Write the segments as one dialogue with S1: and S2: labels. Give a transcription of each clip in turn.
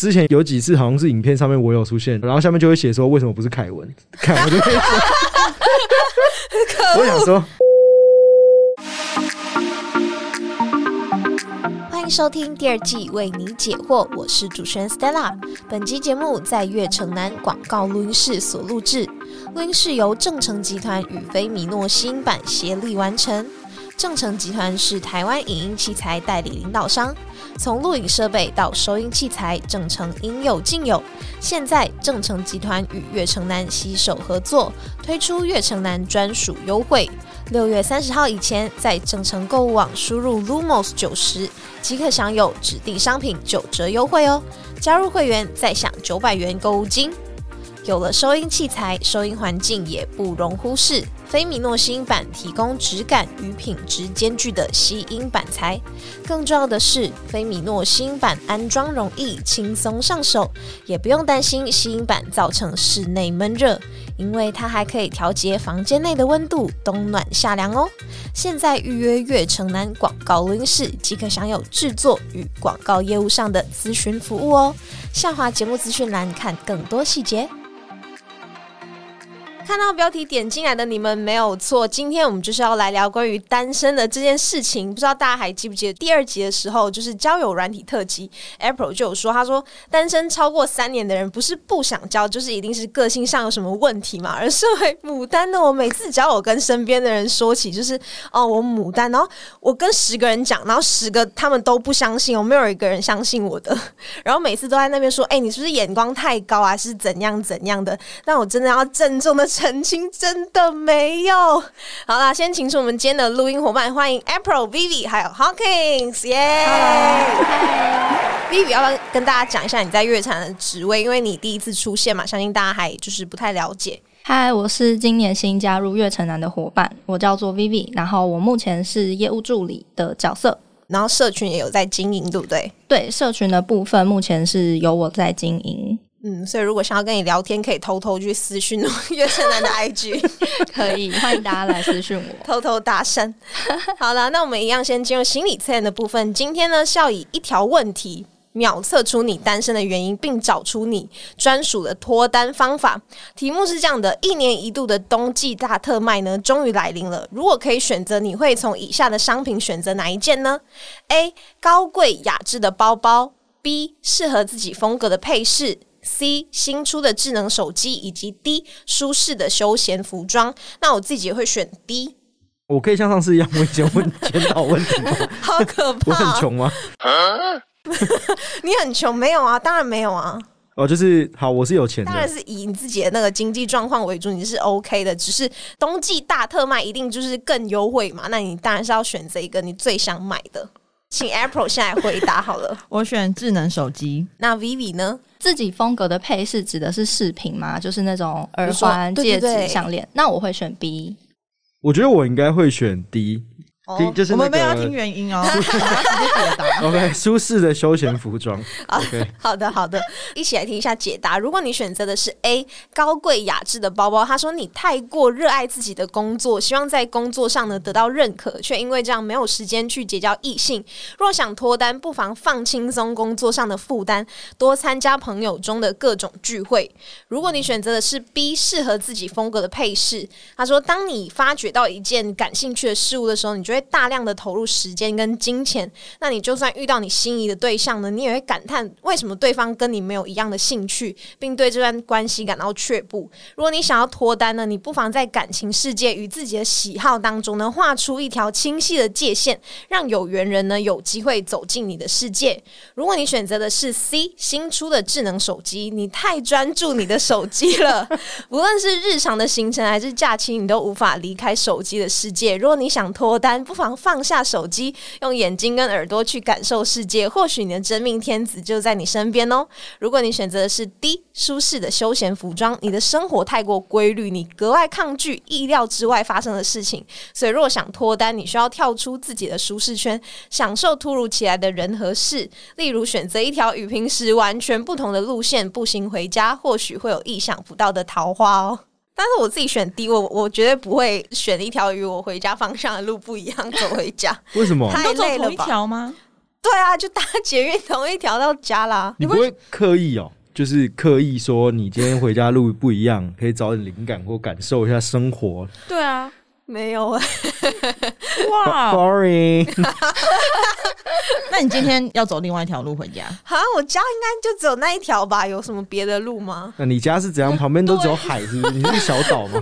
S1: 之前有几次好像是影片上面我有出现，然后下面就会写说为什么不是凯文？看我就会说，我想说，
S2: 欢迎收听第二季为你解惑，我是主持人 Stella。本期节目在悦城南广告录音室所录制，录音室由正成集团与菲米诺新版协力完成。正成集团是台湾影音器材代理领导商，从录影设备到收音器材，正成应有尽有。现在正成集团与悦城南携手合作，推出悦城南专属优惠。六月三十号以前，在正成购物网输入 Lumos 九十，即可享有指定商品九折优惠哦。加入会员再享九百元购物金。有了收音器材，收音环境也不容忽视。菲米诺吸音板提供质感与品质兼具的吸音板材，更重要的是，菲米诺吸音板安装容易，轻松上手，也不用担心吸音板造成室内闷热，因为它还可以调节房间内的温度，冬暖夏凉哦。现在预约悦城南广告录音室，即可享有制作与广告业务上的咨询服务哦。下滑节目资讯栏看更多细节。看到标题点进来的你们没有错，今天我们就是要来聊关于单身的这件事情。不知道大家还记不记得第二集的时候，就是交友软体特辑，April 就有说，他说单身超过三年的人不是不想交，就是一定是个性上有什么问题嘛。而身为牡丹的我，每次只要我跟身边的人说起，就是哦我牡丹，然后我跟十个人讲，然后十个他们都不相信，我没有一个人相信我的。 然后每次都在那边说：“哎、你是不是眼光太高啊？是怎样怎样的？”但我真的要郑重的澄清，真的没有。好啦，先请出我们今天的录音伙伴，欢迎 April、Vivi 还有 Hawkins，耶、Vivi 要不要跟大家讲一下你在乐坛的职位？因为你第一次出现嘛，相信大家还就是不太了解。
S3: 嗨，我是今年新加入月城南的伙伴，我叫做 Vivi，然后我目前是业务助理的角色。
S2: 然后社群也有在经营，对不对？
S3: 对社群的部分，目前是由我在经营。
S2: 嗯，所以如果想要跟你聊天，可以偷偷去私讯 月城南的 IG。
S3: 可以，欢迎大家来私讯我。
S2: 偷偷搭讪。 好了，那我们一样先进入心理测验的部分。今天呢，是要以一条问题秒测出你单身的原因，并找出你专属的脱单方法。题目是这样的：一年一度的冬季大特卖呢，终于来临了。如果可以选择，你会从以下的商品选择哪一件呢？A. 高贵雅致的包包；B. 适合自己风格的配饰。C 新出的智能手机以及 D 舒适的休闲服装，那我自己会选 D，
S1: 我可以像上次一样问检问检讨问题吗？
S2: 好可怕！
S1: 我很穷吗？
S2: 你很穷没有啊？当然没有啊，
S1: 哦，就是好，我是有钱
S2: 当然
S1: 的，
S2: 是以你自己的那个经济状况为主，你是 OK 的。只是冬季大特卖一定就是更优惠嘛，那你当然是要选择一个你最想买的。请 April 先来回答好了。
S4: 我选智能手机，
S2: 那 Vivi 呢？
S3: 自己风格的配饰指的是饰品吗？就是那种耳
S2: 你说
S3: 环、
S2: 对对
S3: 戒
S2: 对
S3: 指、项链。那我会选 B。
S1: 我觉得我应该会选 D，
S2: 哦
S1: D 就是
S4: 我
S1: 那
S4: 们没有要听
S1: 个
S4: 原因哦，我要 直接解答。
S1: OK 哦舒适的休闲服装。OK，
S2: 好的，好的，一起来听一下解答。如果你选择的是 A 高贵雅致的包包，他说你太过热爱自己的工作，希望在工作上呢得到认可，却因为这样没有时间去结交异性。若想脱单，不妨放轻松工作上的负担，多参加朋友中的各种聚会。如果你选择的是 B 适合自己风格的配饰，他说当你发掘到一件感兴趣的事物的时候，你就会大量的投入时间跟金钱，那你就算遇到你心仪的对象呢，你也会感叹为什么对方跟你没有一样的兴趣，并对这段关系感到却步。如果你想要脱单呢，你不妨在感情世界与自己的喜好当中呢，画出一条清晰的界限，让有缘人呢有机会走进你的世界。如果你选择的是 C 新出的智能手机，你太专注你的手机了，无论是日常的行程还是假期，你都无法离开手机的世界。如果你想脱单，不妨放下手机，用眼睛跟耳朵去感受世界，或许你的真命天子就在你身边哦。如果你选择的是 D 舒适的休闲服装，你的生活太过规律，你格外抗拒意料之外发生的事情，所以若想脱单，你需要跳出自己的舒适圈，享受突如其来的人和事。例如，选择一条与平时完全不同的路线步行回家，或许会有意想不到的桃花哦。但是我自己选 D，我我绝对不会选一条与我回家方向的路不一样走回家。
S1: 为什么？
S2: 太
S4: 你都走
S2: 累了
S4: 同一
S2: 吧
S4: 条吗？
S2: 对啊，就搭捷运同一条到家啦。
S1: 你不会刻意哦、就是刻意说你今天回家路不一样，可以找点灵感或感受一下生活。
S5: 对啊，
S2: 没有 啊，
S5: 哇，
S1: Boring，
S4: 那你今天要走另外一条路回家？
S2: 好像我家应该就只有那一条吧？有什么别的路吗？
S1: 那你家是怎样？旁边都只有海，是不是？你是小岛吗？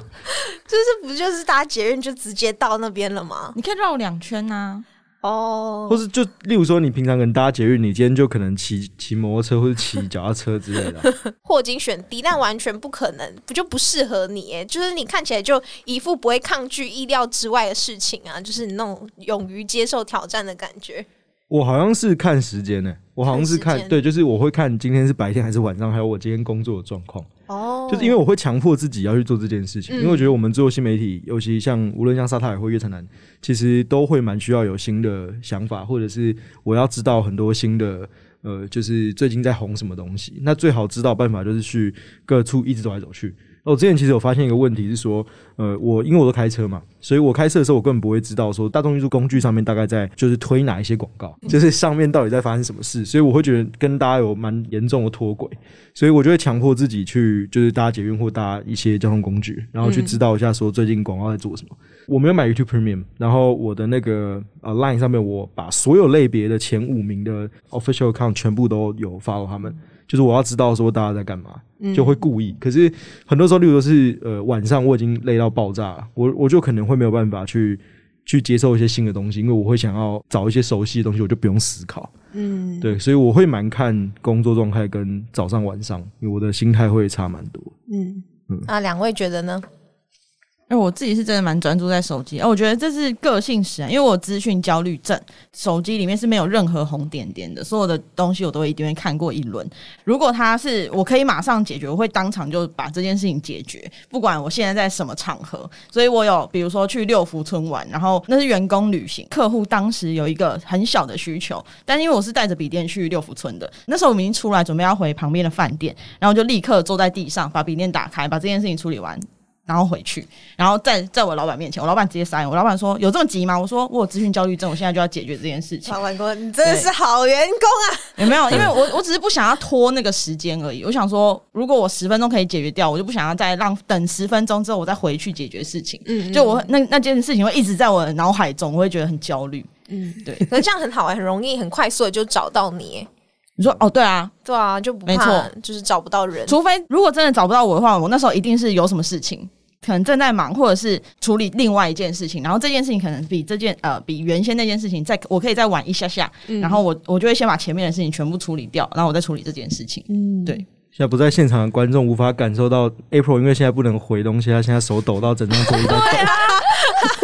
S2: 就是不就是搭捷运就直接到那边了吗？
S4: 你可以绕两圈呐、
S2: 哦
S1: 或，是就例如说，你平常可能搭捷运，你今天就可能骑骑摩托车或者骑脚踏车之类的 啊。
S2: 霍金选 D，但完全不可能，不就不适合你耶？就是你看起来就一副不会抗拒意料之外的事情啊，就是你那种勇于接受挑战的感觉。
S1: 我好像是看时间呢、我好像是
S2: 看
S1: 看
S2: 时间
S1: 对，就是我会看今天是白天还是晚上，还有我今天工作的状况。
S2: 哦
S1: 就是因为我会强迫自己要去做这件事情，
S2: 嗯
S1: 因为我觉得我们做新媒体，尤其像无论像沙塔也或月城南，其实都会蛮需要有新的想法，或者是我要知道很多新的。呃，就是最近在红什么东西，那最好知道办法就是去各处一直走来走去。那我之前其实有发现一个问题是说，呃，我因为我都开车嘛，所以我开车的时候我根本不会知道说大众运输工具上面大概在就是推哪一些广告，就是上面到底在发生什么事，所以我会觉得跟大家有蛮严重的脱轨。所以我就会强迫自己去，就是搭捷运或搭一些交通工具，然后去知道一下说最近广告在做什么。我没有买 YouTube Premium，然后我的那个呃 Line 上面，我把所有类别的前五名的 Official Account 全部都有 follow 他们，就是我要知道说大家在干嘛，就会故意。可是很多时候，例如说是呃晚上我已经累到爆炸了，我我就可能会没有办法去。去接受一些新的东西，因为我会想要找一些熟悉的东西，我就不用思考。
S2: 嗯，
S1: 对，所以我会蛮看工作状态跟早上晚上，因为我的心态会差蛮多。
S2: 嗯。那两位觉得呢？
S4: 哎、我自己是真的蛮专注在手机，哎、我觉得这是个性使然，因为我有资讯焦虑症，手机里面是没有任何红点点的，所有的东西我都一定会看过一轮。如果它是我可以马上解决，我会当场就把这件事情解决，不管我现在在什么场合。所以我有比如说去六福村玩，然后那是员工旅行，客户当时有一个很小的需求，但因为我是带着笔电去六福村的，那时候我们已经出来准备要回旁边的饭店，然后就立刻坐在地上把笔电打开，把这件事情处理完。然后回去，然后在在我老板面前，我老板直接塞我。我老板说：“有这么急吗？”我说：“我有资讯焦虑症，我现在就要解决这件事情。”
S2: 老板说：“你真的是好员工 啊
S4: 有没有？因为我我只是不想要拖那个时间而已。我想说，如果我十分钟可以解决掉，我就不想要再让等十分钟之后我再回去解决事情。！”
S2: 嗯
S4: 就我那那件事情会一直在我的脑海中，我会觉得很焦虑。
S2: 嗯，
S4: 对
S2: 可是这样很好玩，很容易，很快速的就找到你耶。嗯
S4: 你说哦，对啊，
S2: 对啊，就不
S4: 没
S2: 怕
S4: 错
S2: 就是找不到人。
S4: 除非如果真的找不到我的话，我那时候一定是有什么事情，可能正在忙，或者是处理另外一件事情，然后这件事情可能比这件呃比原先那件事情再我可以再晚一下下，
S2: 嗯
S4: 然后我我就会先把前面的事情全部处理掉，然后我再处理这件事情。
S2: 嗯
S4: 对
S1: 现在不在现场的观众无法感受到 April，因为现在不能回东西，他现在手抖到整张桌子 都抖，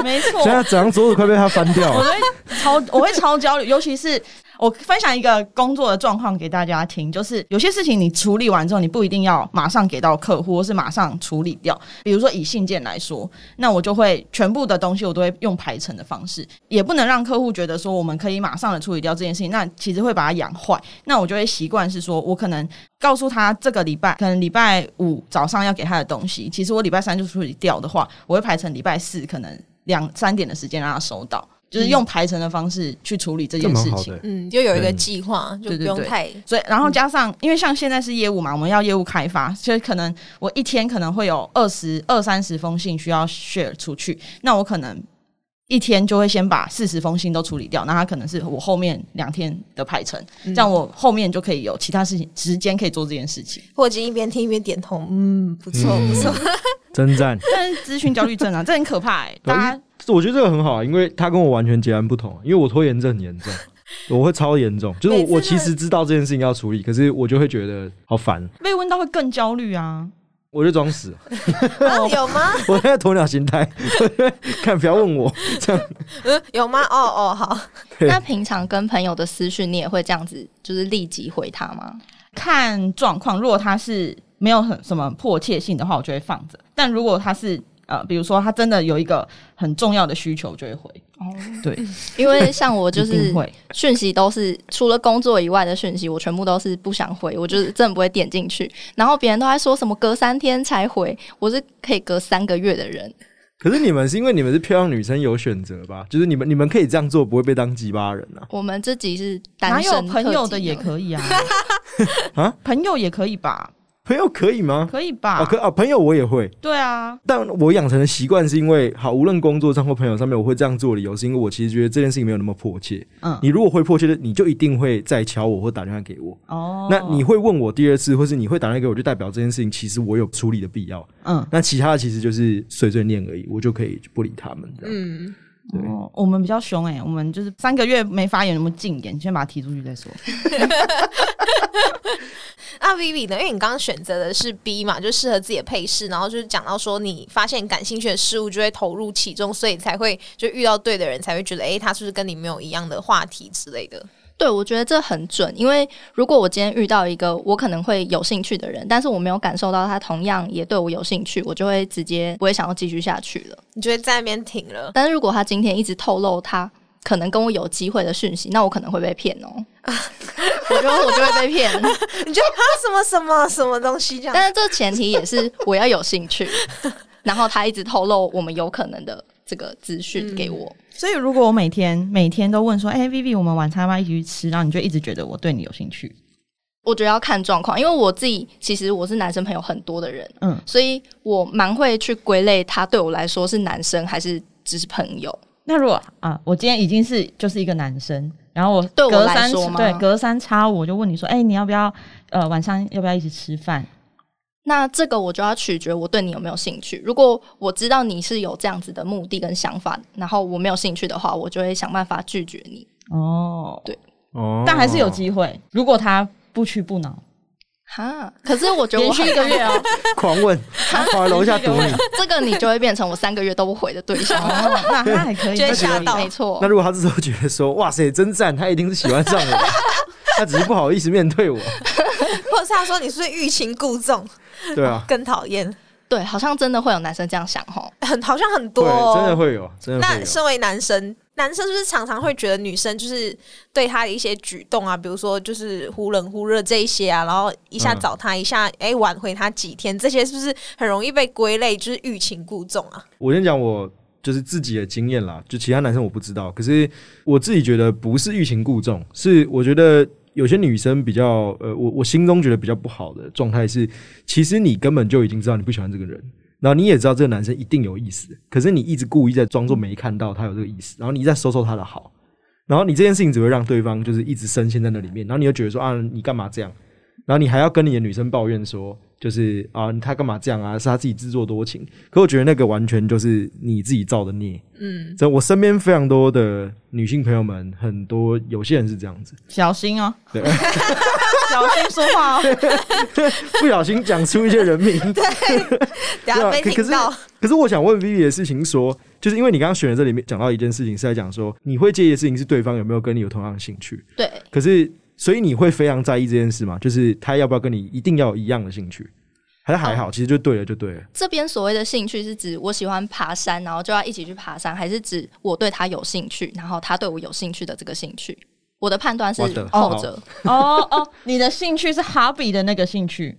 S4: 没错
S1: 现在整张桌子快被他翻掉
S4: 我
S1: 了。
S4: 会超，我会超焦虑，尤其是。我分享一个工作的状况给大家听，就是有些事情你处理完之后，你不一定要马上给到客户，或是马上处理掉。比如说以信件来说，那我就会全部的东西我都会用排程的方式，也不能让客户觉得说我们可以马上的处理掉这件事情，那其实会把它养坏。那我就会习惯是说我可能告诉他这个礼拜，可能礼拜五早上要给他的东西，其实我礼拜三就处理掉的话，我会排成礼拜四可能两三点的时间让他收到，就是用排程的方式去处理这
S1: 嗯这
S4: 件
S1: 蛮
S4: 事
S1: 好
S4: 情。
S1: 的、
S2: 嗯，就有一个
S1: 嗯
S2: 计划，就不
S4: 对对
S2: 用
S4: 对
S2: 太
S4: 所以，然后加上，因为像现在是业务嘛，我们要业务开发，所以可能我一天可能会有二十二三十封信需要 share 出去，那我可能一天就会先把四十封信都处理掉，那它可能是我后面两天的排程，这样我后面就可以有其他事情时间可以做这件事情。
S2: 霍金一边听一边点头， 嗯，不错 不错。
S1: 真赞。
S4: 但是资讯焦虑症啊，这很可怕、欸，
S1: 对
S4: 大 家
S1: 我觉得这个很好，啊，因为他跟我完全截然不同，啊因为我拖延症很严重。我会超严重，就是
S2: 每次
S1: 我我
S2: 的
S1: 其实知道这件事情要处理，可是我就会觉得好烦，
S4: 被问到会更焦虑啊。
S1: 我就装死，
S2: 啊有吗？
S1: 我现在鸵鸟心态， 看不要问我这样。
S2: 嗯，有吗？哦哦，好。
S1: 对
S3: 那平常跟朋友的私讯，你也会这样子，就是立即回他吗？
S4: 看状况，如果他是没有很什么迫切性的话，我就会放着；但如果他是呃，比如说他真的有一个很重要的需求，我就会回。
S3: 哦，
S4: 对，
S3: 因为像我就
S4: 一
S3: 是
S4: 定会。
S3: 讯息都是除了工作以外的讯息，我全部都是不想回，我就是真的不会点进去。然后别人都在说什么隔三天才回，我是可以隔三个月的人。
S1: 可是你们是因为你们是漂亮女生有选择吧？就是你们你们可以这样做，不会被当鸡巴人啊。
S3: 我们自己是
S4: 哪
S3: 单
S4: 有
S3: 身
S4: 朋友的
S3: 特辑
S4: 也可以啊？
S1: 啊，
S4: 朋友也可以吧？
S1: 朋友可以吗？
S4: 可以
S1: 啊，
S4: 吧
S1: 可？啊，朋友我也会，
S4: 对啊，
S1: 但我养成的习惯是因为，好，无论工作上或朋友上面，我会这样做的理由是因为我其实觉得这件事情没有那么迫切。
S4: 嗯
S1: 你如果会迫切的，你就一定会再敲我或打电话给我。
S4: 哦，
S1: 那你会问我第二次，或是你会打电话给我，就代表这件事情其实我有处理的必要。
S4: 嗯，
S1: 那其他的其实就是碎碎念而已，我就可以不理他们这样。
S2: 嗯，
S1: 对
S4: 哦，我们比较凶哎、我们就是三个月没发言，我们禁言，先把它踢出去再说。
S2: 那 Vivi 呢？因为你刚刚选择的是 B 嘛，就适合自己的配饰，然后就是讲到说你发现感兴趣的事物就会投入其中，所以才会就遇到对的人，才会觉得哎、诶他是不是跟你没有一样的话题之类的？
S3: 对，我觉得这很准，因为如果我今天遇到一个我可能会有兴趣的人，但是我没有感受到他同样也对我有兴趣，我就会直接不会想要继续下去了。
S2: 你就会在那边停了。
S3: 但是如果他今天一直透露他 可能跟我有机会的讯息，那我可能会被骗哦、我就我就会被骗，哦
S2: 你觉得 啊什么什么什么东西这样？
S3: 但是这前提也是我要有兴 趣，然后他一直透露我们有可能的这个资讯给
S4: 嗯
S3: 我。
S4: 所以如果我每天每天都问说，哎、v i v i 我们晚餐要不要一起去吃？然后你就一直觉得我对你有兴趣，
S3: 我觉得要看状况，因为我自己其实我是男生朋友很多的人，
S4: 嗯，
S3: 所以我蛮会去归类他对我来说是男生还是只是朋友。
S4: 那如果啊，我今天已经是就是一个男生，然后我
S3: 对我
S4: 隔
S3: 来
S4: 三
S3: 说吗
S4: 对隔三差五我就问你说，哎、你要不要呃晚上要不要一起吃饭？
S3: 那这个我就要取决我对你有没有兴趣。如果我知道你是有这样子的目的跟想法，然后我没有兴趣的话，我就会想办法拒绝你。
S4: 哦，
S3: 对
S1: 哦
S4: 但还是有机会，如果他不屈不挠，
S3: 哈，可是我觉得
S4: 连
S3: 我
S4: 续
S3: 很
S4: 一个月哦，
S1: 狂问，跑来楼下堵你。
S3: 这个你就会变成我三个月都不回的对象。
S4: 哦，那那还可以，
S2: 就会吓到
S3: 没错
S1: 那。如果他这时候觉得说，哇塞，真赞，他一定是喜欢上我，他只是不好意思面对我，
S2: 或者是他说你是不是欲擒故纵，
S1: 对啊，
S2: 更讨厌，
S3: 对，好像真的会有男生这样想吼。
S2: 很好像很
S1: 对
S2: 多、，哦，
S1: 真的会有，真的会
S2: 那
S1: 有。
S2: 身为男生，男生是不是常常会觉得女生就是对他的一些举动啊，比如说就是忽冷忽热这一些啊，然后一下
S1: 嗯
S2: 找他，一下哎、挽回他几天，这些是不是很容易被归类就是欲擒故纵啊？
S1: 我先讲我就是自己的经验啦，就其他男生我不知道，可是我自己觉得不是欲擒故纵，是我觉得有些女生比较，呃，我我心中觉得比较不好的状态是，其实你根本就已经知道你不喜欢这个人。然后你也知道这个男生一定有意思，可是你一直故意在装作没看到他有这个意思，然后你一直在收收他的好，然后你这件事情只会让对方就是一直深陷在那里面，然后你又觉得说啊，你干嘛这样？然后你还要跟你的女生抱怨说，就是啊，他干嘛这样啊？是他自己自作多情。可我觉得那个完全就是你自己造的孽。
S2: 嗯，
S1: 这我身边非常多的女性朋友们，很多有些人是这样子，
S4: 小心哦，
S1: 对，
S4: 小心说话 哦。
S1: 不小心讲出一些人 名。
S2: 等
S1: 对
S2: 下
S1: 啊
S2: 被
S1: 可可
S2: 听
S1: 是
S2: 到，
S1: 可是我想问 Vivi 的事情说就是因为你刚刚选的这里面讲到一件事情，是在讲说你会介意的事情是对方有没有跟你有同样的兴趣。
S3: 对，
S1: 可是，所以你会非常在意这件事吗？就是他要不要跟你一定要有一样的兴趣，还是还
S4: 哦
S1: 好？其实就对了，就对了。
S3: 这边所谓的兴趣是指我喜欢爬山，然后就要一起去爬山，还是指我对他有兴趣，然后他对我有兴趣的这个兴趣？我的判断是
S1: 我的
S3: 后者，
S4: 哦哦，你的兴趣是哈比的那个兴趣，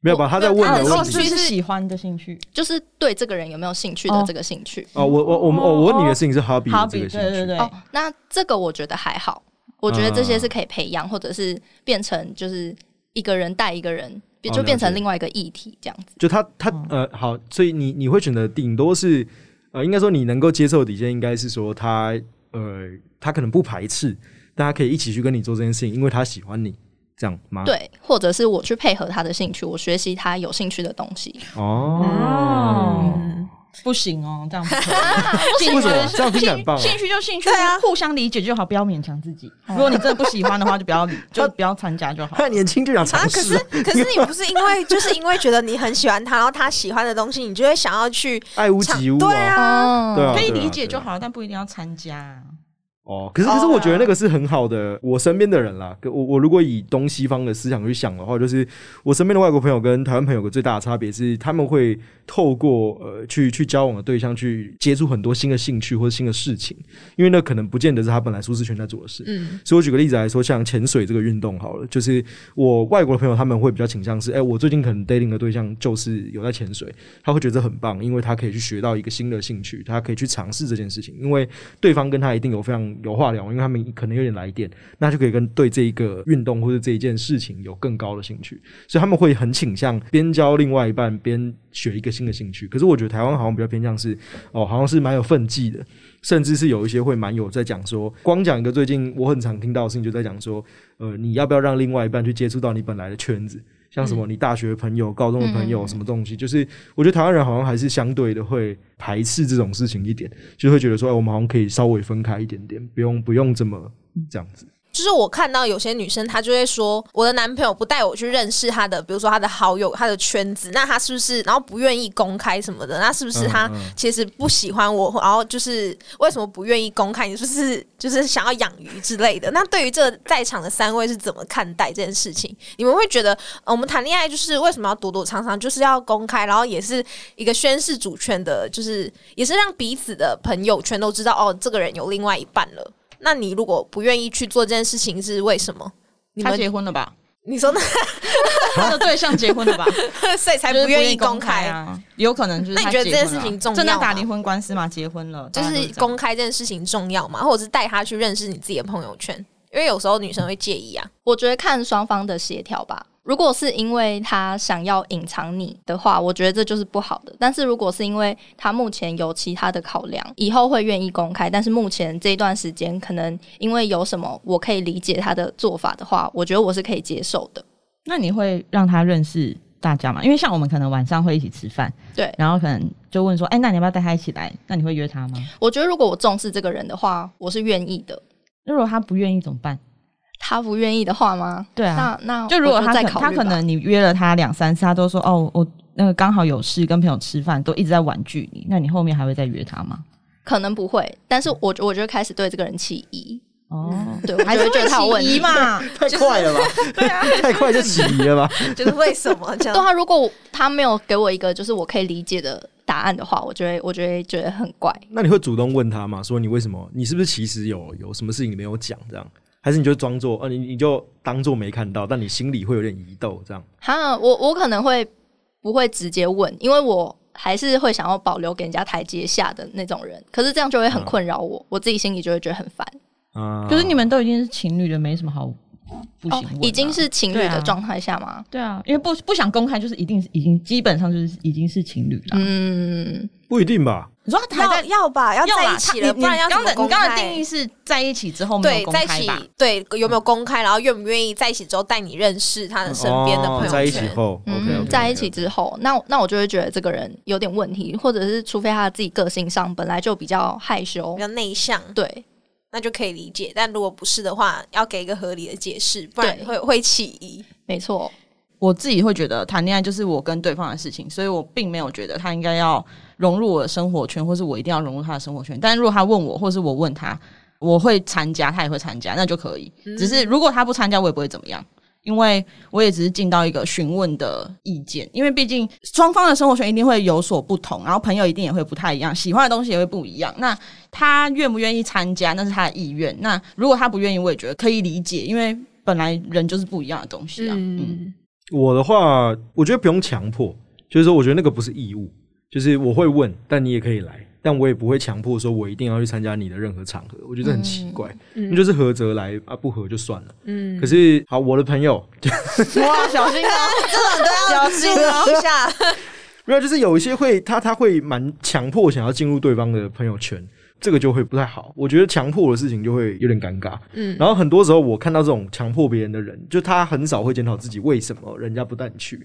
S1: 没有吧？他在问
S3: 我
S4: 他
S1: 的
S4: 的
S1: 问
S4: 兴
S1: 题
S4: 趣是喜欢的兴趣，
S3: 就是对这个人有没有兴趣的这个兴趣。
S1: 哦，我我我们
S4: 哦
S1: 哦，我问你的事情是 hobby
S4: 哈
S1: 的这
S4: 比
S1: 个
S4: 对
S1: 兴趣，
S4: 对对
S3: 哦，那这个我觉得还好，我觉得这些是可以培
S1: 嗯
S3: 养，或者是变成就是一个人带一个人，也
S1: 哦
S3: 就变成
S1: 了解
S3: 另外一个议题这样子。
S1: 就
S4: 嗯
S1: 他他呃好，所以你你会选择顶多是呃，应该说你能够接受的底线应该是说他呃他可能不排斥，但他可以一起去跟你做这件事情，因为他喜欢你，这样吗？，
S3: 对，或者是我去配合他的兴趣，我学习他有兴趣的东西。
S1: 哦，
S4: 不行哦，这样不可以
S1: 为什么这样听起来很棒啊？
S4: 兴趣就兴趣，
S2: 对啊哦
S4: 互相理解就好，不要勉强自己。如果你真的不喜欢的话，就不要 理，就不要参加就好。
S1: 他 年轻就想
S2: 啊，
S1: 尝
S2: 可
S1: 试
S2: 是，可是你不是因为就是因为觉得你很喜欢他，然后他喜欢的东西，你就会想要去
S1: 爱屋
S2: 抢
S1: 及乌
S2: 对
S1: 啊，
S2: 啊，
S1: 对啊，
S4: 可以
S1: 对啊
S4: 理解就。
S1: 对啊
S4: 好，但不一定要参加。
S1: 哦，可是可是我觉得那个是很好的，我身边的人啦，跟我我如果以东西方的思想去想的话，就是我身边的外国朋友跟台湾朋友的最大的差别是，他们会透过呃去去交往的对象去接触很多新的兴趣或者新的事情，因为那可能不见得是他本来舒适圈在做的事。
S2: 嗯，
S1: 所以我举个例子来说，像潜水这个运动好了，就是我外国的朋友他们会比较倾向是，哎、我最近可能 dating 的对象就是有在潜水，他会觉得很棒，因为他可以去学到一个新的兴趣，他可以去尝试这件事情，因为对方跟他一定有非常有话聊，因为他们可能有点来电，那就可以跟对这一个运动或者这一件事情有更高的兴趣，所以他们会很倾向边教另外一半边学一个新的兴趣。可是我觉得台湾好像比较偏向是，哦，好像是蛮有奋际的，甚至是有一些会蛮有在讲说，光讲一个最近我很常听到的事情，就在讲说，呃，你要不要让另外一半去接触到你本来的圈子？像什么你大学朋友、高中的朋友什么东西，就是我觉得台湾人好像还是相对的会排斥这种事情一点，就会觉得说，哎，我们好像可以稍微分开一点点，不用不用这么这样子。
S2: 就是我看到有些女生，她就会说，我的男朋友不带我去认识他的，比如说他的好友、他的圈子，那他是不是然后不愿意公开什么的？那是不是他
S1: 嗯嗯
S2: 其实不喜欢我？然后就是为什么不愿意公开？你是不是就是想要养鱼之类的？那对于这在场的三位是怎么看待这件事情？你们会觉得，呃、我们谈恋爱就是为什么要躲躲藏藏，就是要公开，然后也是一个宣示主权的，就是也是让彼此的朋友圈都知道，哦，这个人有另外一半了。那你如果不愿意去做这件事情，是为什么？你
S4: 他
S2: 们
S4: 结婚了吧？
S2: 你说那
S4: 他的对象结婚了 吧？
S2: 所以才
S4: 就是
S2: 不
S4: 不
S2: 愿
S4: 愿
S2: 意
S4: 意
S2: 公
S4: 公
S2: 开
S4: 开啊，有可能就是
S2: 那你
S4: 他
S2: 觉得这
S4: 结
S2: 件
S4: 婚
S2: 事
S4: 了
S2: 情重
S4: 真的
S2: 要
S4: 打
S2: 吗
S4: 离婚官司嘛？结婚了，
S2: 就
S4: 大家都
S2: 是
S4: 啊这样
S2: 公开这件事情重要吗？或者是带他去认识你自己的朋友圈？因为有时候女生会介意啊。
S3: 我觉得看双方的协调吧。如果是因为他想要隐藏你的话，我觉得这就是不好的。但是如果是因为他目前有其他的考量，以后会愿意公开，但是目前这一段时间可能因为有什么我可以理解他的做法的话，我觉得我是可以接受的。
S4: 那你会让他认识大家吗？因为像我们可能晚上会一起吃饭，
S3: 对
S4: 然后可能就问说，哎、那你要不要带他一起来？那你会约他吗？
S3: 我觉得如果我重视这个人的话，我是愿意的。
S4: 那如果他不愿意怎么办？
S3: 他不愿意的话吗？
S4: 对啊，
S3: 那
S2: 哦
S3: 那
S4: 就如果
S3: 我
S4: 他
S3: 再
S4: 可
S3: 考虑吧
S4: 他可能你约了他两三次，他都说哦，我那个刚好有事跟朋友吃饭，都一直在婉拒你，那你后面还会再约他吗？
S3: 可能不会，但是我我就开始对这个人起疑，
S4: 哦，
S3: 对我就会觉得他有问
S4: 起疑
S3: 题。
S4: 嘛，
S1: 太快了吧？
S4: 啊
S1: 太快就起疑了吧？
S2: 就是为什么这
S3: 对
S2: 样？
S3: 啊，如果他没有给我一个就是我可以理解的答案的话，我就会我就会觉得很怪。
S1: 那你会主动问他吗？说你为什么？你是不是其实有有什么事情你没有讲？这样，还是你就装作呃，你你就当做没看到，但你心里会有点疑窦这样。
S3: 哈，我我可能会不会直接问，因为我还是会想要保留给人家台阶下的那种人，可是这样就会很困扰
S4: 嗯
S3: 我，我自己心里就会觉得很烦。
S1: 啊、
S4: 哦可是你们都已经是情侣了，没什么好不行、啊
S3: 哦，已经。是情侣
S4: 对
S3: 的
S4: 啊
S3: 状态下吗？
S4: 对啊，因为不不想公开，就是一定是已经基本上就是已经是情侣了。
S3: 嗯，
S1: 不一定吧？
S4: 你说他
S2: 要
S4: 还在
S2: 要吧，要在
S4: 啦
S2: 一起
S4: 他
S2: 了，
S4: 你
S2: 不然要
S4: 你
S2: 怎
S4: 刚
S2: 么
S4: 的
S2: 公
S4: 你刚
S2: 开？
S4: 的定义是在一起之后没
S2: 对
S4: 有，公
S2: 在一
S4: 开
S2: 起
S4: 吧？
S2: 对有没有公开，然后愿不愿意在一起之后带你认识他的身边的朋
S1: 哦
S2: 友
S1: 在一
S2: 圈
S1: 起？后、
S3: 嗯
S1: o k o k
S3: 在一起之后，那我那我就会觉得这个人有点问题，或者是除非他自己个性上本来就比较害羞
S2: 比，较内向，
S3: 对
S2: 那就可以理解。但如果不是的话，要给一个合理的解释，不然
S3: 对
S2: 会会起疑。
S4: 嗯
S3: 没错，
S4: 我自己会觉得谈恋爱就是我跟对方的事情，所以我并没有觉得他应该要融入我的生活圈，或是我一定要融入他的生活圈。但如果他问我，或是我问他，我会参加，他也会参加，那就可以。只是如果他不参加，我也不会怎么样。因为我也只是尽到一个询问的意见，因为毕竟双方的生活圈一定会有所不同，然后朋友一定也会不太一样，喜欢的东西也会不一样。那他愿不愿意参加，那是他的意愿。那如果他不愿意，我也觉得可以理解，因为本来人就是不一样的东西啊。嗯
S2: 嗯，
S1: 我的话，我觉得不用强迫，就是说，我觉得那个不是义务，就是我会问，但你也可以来，但我也不会强迫说我一定要去参加你的任何场合，我觉得很奇怪，那、就是合则来啊，不合就算了。
S2: 嗯
S1: 可是好，我的朋友
S4: 哇，小心啊！
S2: 小心一下。
S1: 没有，就是有一些会他他会蛮强迫想要进入对方的朋友圈，这个就会不太好。我觉得强迫的事情就会有点尴尬。
S2: 嗯
S1: 然后很多时候我看到这种强迫别人的人，就他很少会检讨自己为什么人家不带你去。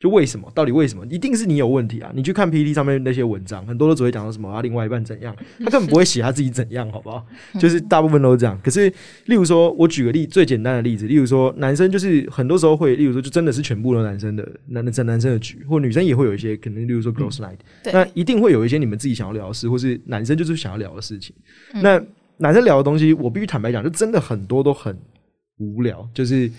S1: 就为什么？到底为什么？一定是你有问题啊！你去看 PPT 上面那些文章，很多都只会讲到什么啊，另外一半怎样，他根本不会写他自己怎样，好不好？就是大部分都是这样。可是，例如说，我举个例最简单的例子，例如说，男生就是很多时候会，例如说，就真的是全部的男生的男男男生的局，或女生也会有一些可能，例如说 girls night，、
S2: 对
S1: 那一定会有一些你们自己想要聊的事，或是男生就是想要聊的事情。那男生聊的东西，我必须坦白讲，就真的很多都很无聊，就是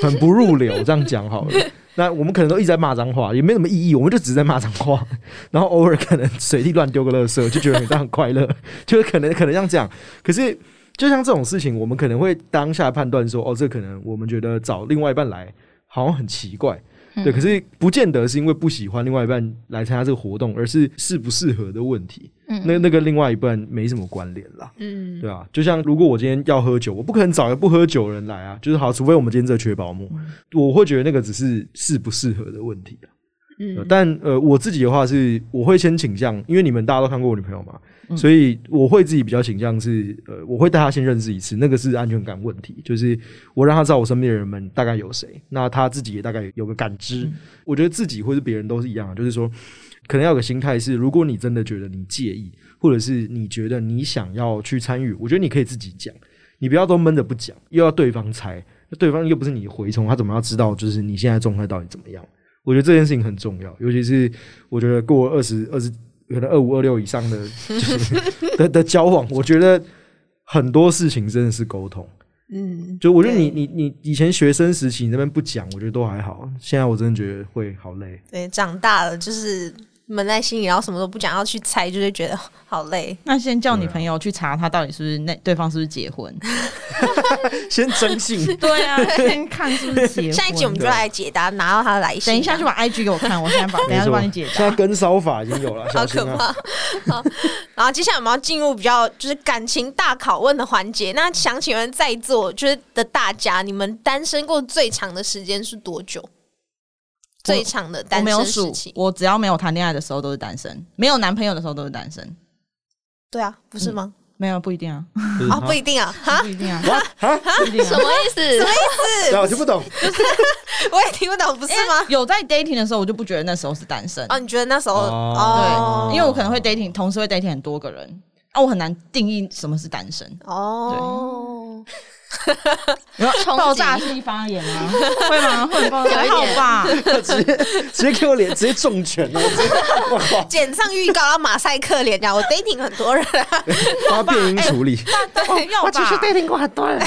S1: 很不入流。这样讲好了，那我们可能都一直在骂脏话，也没什么意义，我们就只是在骂脏话，然后偶尔可能随地乱丢个垃圾，就觉得很这样很快乐，就是可能可能像这样。可是就像这种事情，我们可能会当下判断说，哦，这可能我们觉得找另外一半来好像很奇怪。对，可是不见得是因为不喜欢另外一半来参加这个活动，而是适不适合的问题。
S3: 嗯
S1: 那那跟另外一半没什么关联啦，
S2: 嗯，
S1: 对啊，就像如果我今天要喝酒，我不可能找一个不喝酒的人来啊，就是好，除非我们今天这缺保姆，我会觉得那个只是适不适合的问题啊。
S2: 嗯
S1: 呃但呃，我自己的话是，我会先倾向，因为你们大家都看过我女朋友嘛，
S4: 嗯
S1: 所以我会自己比较倾向是，呃，我会带她先认识一次，那个是安全感问题，就是我让她知道我身边的人们大概有谁，那她自己也大概有个感知。我觉得自己或是别人都是一样的，啊就是说，可能要有个心态是，如果你真的觉得你介意，或者是你觉得你想要去参与，我觉得你可以自己讲，你不要都闷着不讲，又要对方猜，那对方又不是你的蛔虫，他怎么要知道就是你现在状态到底怎么样？我觉得这件事情很重要，尤其是我觉得过二十二十可能二五二六以上的就是的的交往，我觉得很多事情真的是沟通。
S2: 嗯，
S1: 就我觉得你你你以前学生时期你那边不讲，我觉得都还好，现在我真的觉得会好累。
S2: 对，长大了就是闷在心里，然后什么都不讲，要去猜，就会觉得好累。
S4: 那先叫你朋友去查他到底是不是那对方是不是 结婚？，
S1: 先征信
S4: 对啊，先看是不是结婚。
S2: 下一集我们就来解答，拿到他的来信。
S4: 等一下就把 IG 给我看，我现在把等一下就帮你解
S1: 现在
S4: 答。
S1: 跟骚法已经 有了，
S2: 好
S1: 小心
S2: 可
S1: 啊！
S2: 怕！好，然后接下来我们要进入比较就是感情大拷问的环节。那想请问在座就是的大家，你们单身过最长的时间是多久？最长的
S4: 我
S2: 单
S4: 没有
S2: 身时
S4: 数
S2: 期，？
S4: 我只要没有谈恋爱的时候都是单身，没有男朋友的时候都是单身。
S2: 对啊，不是吗？
S4: 没有不一定啊，
S1: 就是
S2: 啊，不一定啊，哈，
S4: 不一定啊，
S1: 嗯啊，
S4: 不一定
S3: 什
S4: 啊。
S3: 么意思？
S1: 对啊我听不懂，
S2: 我也听不懂，不是吗？
S4: 有在 dating 的时候，我就不觉得那时候是单身，
S2: 哦，你觉得那时候
S1: 哦
S2: 哦，
S4: 因为我可能会 dating，同时会 dating 很多个人，啊，我很难定义什么是单身。
S2: 哦，
S4: 有
S3: 冲击
S4: 爆炸性发言吗？会吗？会很爆炸？
S3: 有一点
S4: 还好吧？
S1: 直接直接给我脸， 直接重拳了，直接哇靠，
S2: 剪上预告，然后马赛克脸这样。我 dating 很多人啊，
S1: 把它变音处理。
S4: 哦 要吧？
S1: dating 过很多人，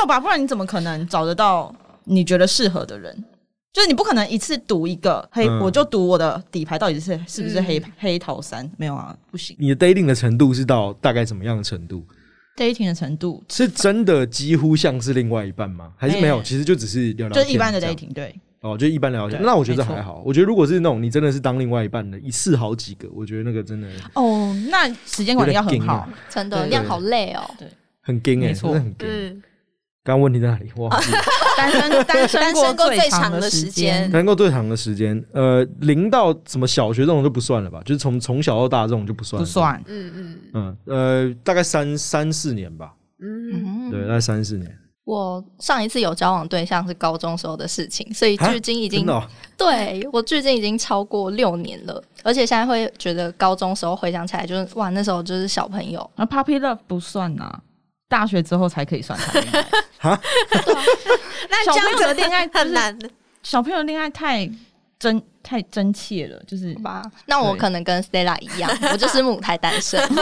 S4: 要吧，不然你怎么可能找得到你觉得适合的人？就是你不可能一次读一个黑，
S1: 嗯
S4: 我就读我的底牌到底是是不是黑、黑桃三？没有啊，不行。
S1: 你的 dating 的程度是到大概什么样的程度？
S4: dating 的程度
S1: 是真的几乎像是另外一半吗？还是没有？
S4: 哎
S1: 其实就只是聊聊
S4: 就
S1: 天，
S4: 是一般的
S1: 这样
S4: dating，对，
S1: 哦，就一般聊聊天。
S4: 对
S1: 那我觉得
S4: 没错
S1: 还好。我觉得如果是那种你真的是当另外一半的，一次好几个，我觉得那个真的
S4: 哦，那时间
S1: 有
S4: 管理
S1: 点
S4: 要
S1: 硬
S4: 很好
S1: 啊，，
S3: 真的
S4: 对
S3: 那样好累 哦。
S1: 很硬哎，
S4: 没错
S1: 真的很硬。
S2: 嗯，
S1: 刚刚问题在哪里？ 忘记了。
S4: 单身单
S2: 单
S4: 身
S2: 身过最
S4: 最
S2: 长
S4: 长
S2: 的时
S4: 时
S2: 间
S1: 能够最长的时间，呃，零到什么小学这种就不算了吧，就是从从小到大这种就不算
S4: 不
S1: 了，。
S4: 算。
S2: 嗯
S1: 嗯，呃，大概三三四年吧，
S2: 嗯嗯，
S3: 嗯，
S1: 对，大概三四年。
S3: 我上一次有交往对象是高中时候的事情，所以
S1: 啊
S3: 距今已
S1: 真
S3: 经
S1: 的哦
S3: 对我距今已经超过六年了，而且现在会觉得高中时候回想起来，就是哇，那时候就是小朋友，
S4: 那 puppy love 不算呐、大学之后才可以算谈恋爱。
S2: 那
S4: 小
S2: 这样
S4: 朋友
S2: 子
S4: 的恋爱就是
S2: 很难。
S4: 小朋友恋爱太真太真切了，就是
S3: 好吧？那我可能跟 Stella 一样，我就是母胎单身。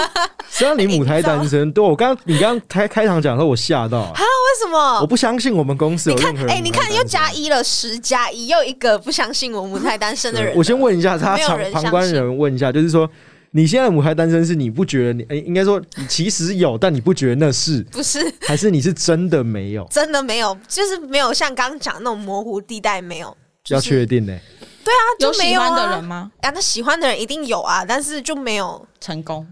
S1: 虽然你母胎 单身，对我刚你刚刚开开场讲的时候，我吓到啊，
S2: 为什么
S1: 我？不相信我们公司有
S2: 你看
S1: 任何，人
S2: 哎、你看
S1: 母胎单身
S2: 又加一了，十加一，又一个不相信我母胎单身的人
S1: 对
S2: 了。
S1: 嗯我先问一下他
S2: 没有
S1: 旁
S2: 人
S1: 旁
S2: 相
S1: 观
S2: 信
S1: 人问一下，就是说你现在的母胎单身是你不觉得你，哎、应该说你其实有，但你不觉得那是，
S2: 不是
S1: 还是你是真的没有？
S2: 真的没有，就是没有像刚刚讲的那种模糊地带没有。
S1: 要确定欸 呢、
S2: 就
S4: 有
S2: 没
S4: 喜
S2: 有
S4: 欢
S2: 啊
S4: 的人吗？
S2: 啊，那喜欢的人一定有啊，但是就没有。
S4: 成功？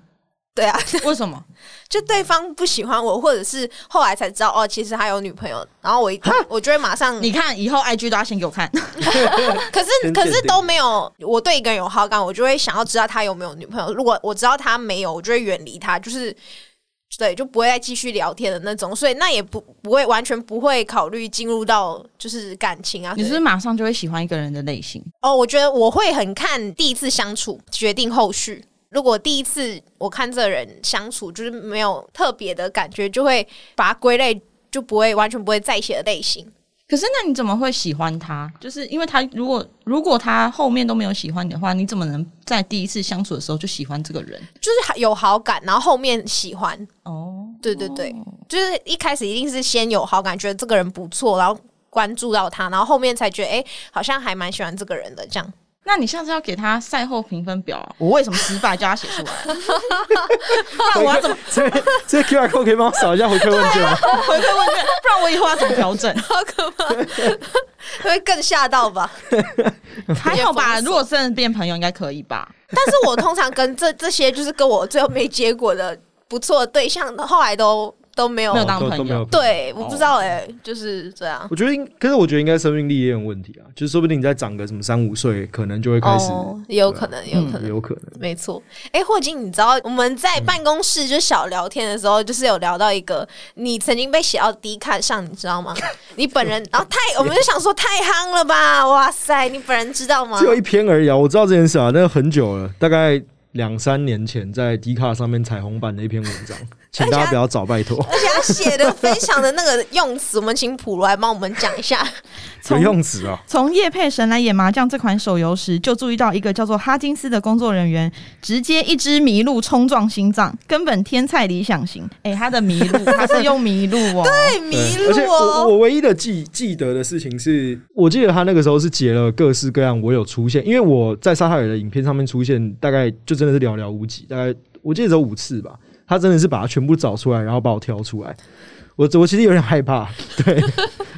S2: 对啊，
S4: 为什么？
S2: 就对方不喜欢我，或者是后来才知道哦，其实他有女朋友，然后我一我就会马上，
S4: 你看以后 IG 都要先给我看。
S2: 可是
S1: 先
S2: 可
S1: 鉴
S2: 是
S1: 定
S2: 都没有，我对一个人有好感，我就会想要知道他有没有女朋友。如果我知道他没有，我就会远离他，就是对，就不会再继续聊天的那种。所以那也不不会完全不会考虑进入到就是感情啊。
S4: 你是不
S2: 对
S4: 是马上就会喜欢一个人的类型？
S2: 哦，我觉得我会很看第一次相处决定后续。如果第一次我看这人相处就是没有特别的感觉，就会把它归类，就不会完全不会在一起的类型。
S4: 可是那你怎么会喜欢他？就是因为他如果如果他后面都没有喜欢你的话，你怎么能在第一次相处的时候就喜欢这个人？
S2: 就是有好感，然后后面喜欢。
S4: 哦，
S2: 对对对，就是一开始一定是先有好感，觉得这个人不错，然后关注到他，然后后面才觉得哎、诶好像还蛮喜欢这个人的这样。
S4: 那你下次要给他赛后评分表啊、我为什么失败，叫他写出来。 不然我要怎么
S1: 这这 Q R code 可以帮我扫一下回馈问卷吗？
S4: 回馈问卷？不然我以后要怎么调 整？
S2: 好可怕， 会更吓到吧？
S4: 还好吧，
S2: 直接封锁
S4: 如果真的变朋友，应该可以吧？
S2: 但是我通常跟这这些就是跟我最后没结果的不错的对象，后来都都没有
S4: 没有当
S1: 哦都
S4: 朋友
S1: 都没有。
S2: 啊对，我不知道哎、就是这样。
S1: 我觉得应，可是我觉得应该生命力也有问题啊，就是说不定你再长个什么三五岁，可能就会开始，
S2: 哦，也有可能，也有可能。
S1: 有可能。
S2: 没错，哎、霍金，你知道我们
S1: 嗯
S2: 在办公室就小聊天的时候，就是有聊到一个你曾经被写到 D 看上，你知道 吗？你本人，然后太，我们就想说太夯了吧，哇塞，你本人知道吗
S1: 只？有一篇而已啊，我知道这件事啊，但是很久了，大概两三年前在 d 卡上面彩虹版的一篇文章，请大家不要找，拜 托，
S2: 而且他写的非常的那个用词，我们请普罗来帮我们讲 一下。
S1: 有
S4: 从
S1: 用词啊。
S4: 从叶佩神来演麻将这款手游时，就注意到一个叫做哈金斯的工作人员，直接一只麋鹿冲撞心脏，根本天菜理想型。哎、他的麋鹿，他是用 麋鹿哦。
S2: 太迷
S1: 嗯而且
S2: 路
S1: 我
S2: 哦，
S1: 我唯一的记记得的事情是，我记得他那个时候是截了各式各样我有出现，因为我在沙哈尔的影片上面出现，大概就真的是寥寥无几，大概我记得只有五次吧。他真的是把它全部找出来，然后把我挑出来。我我其实有点害怕， 对，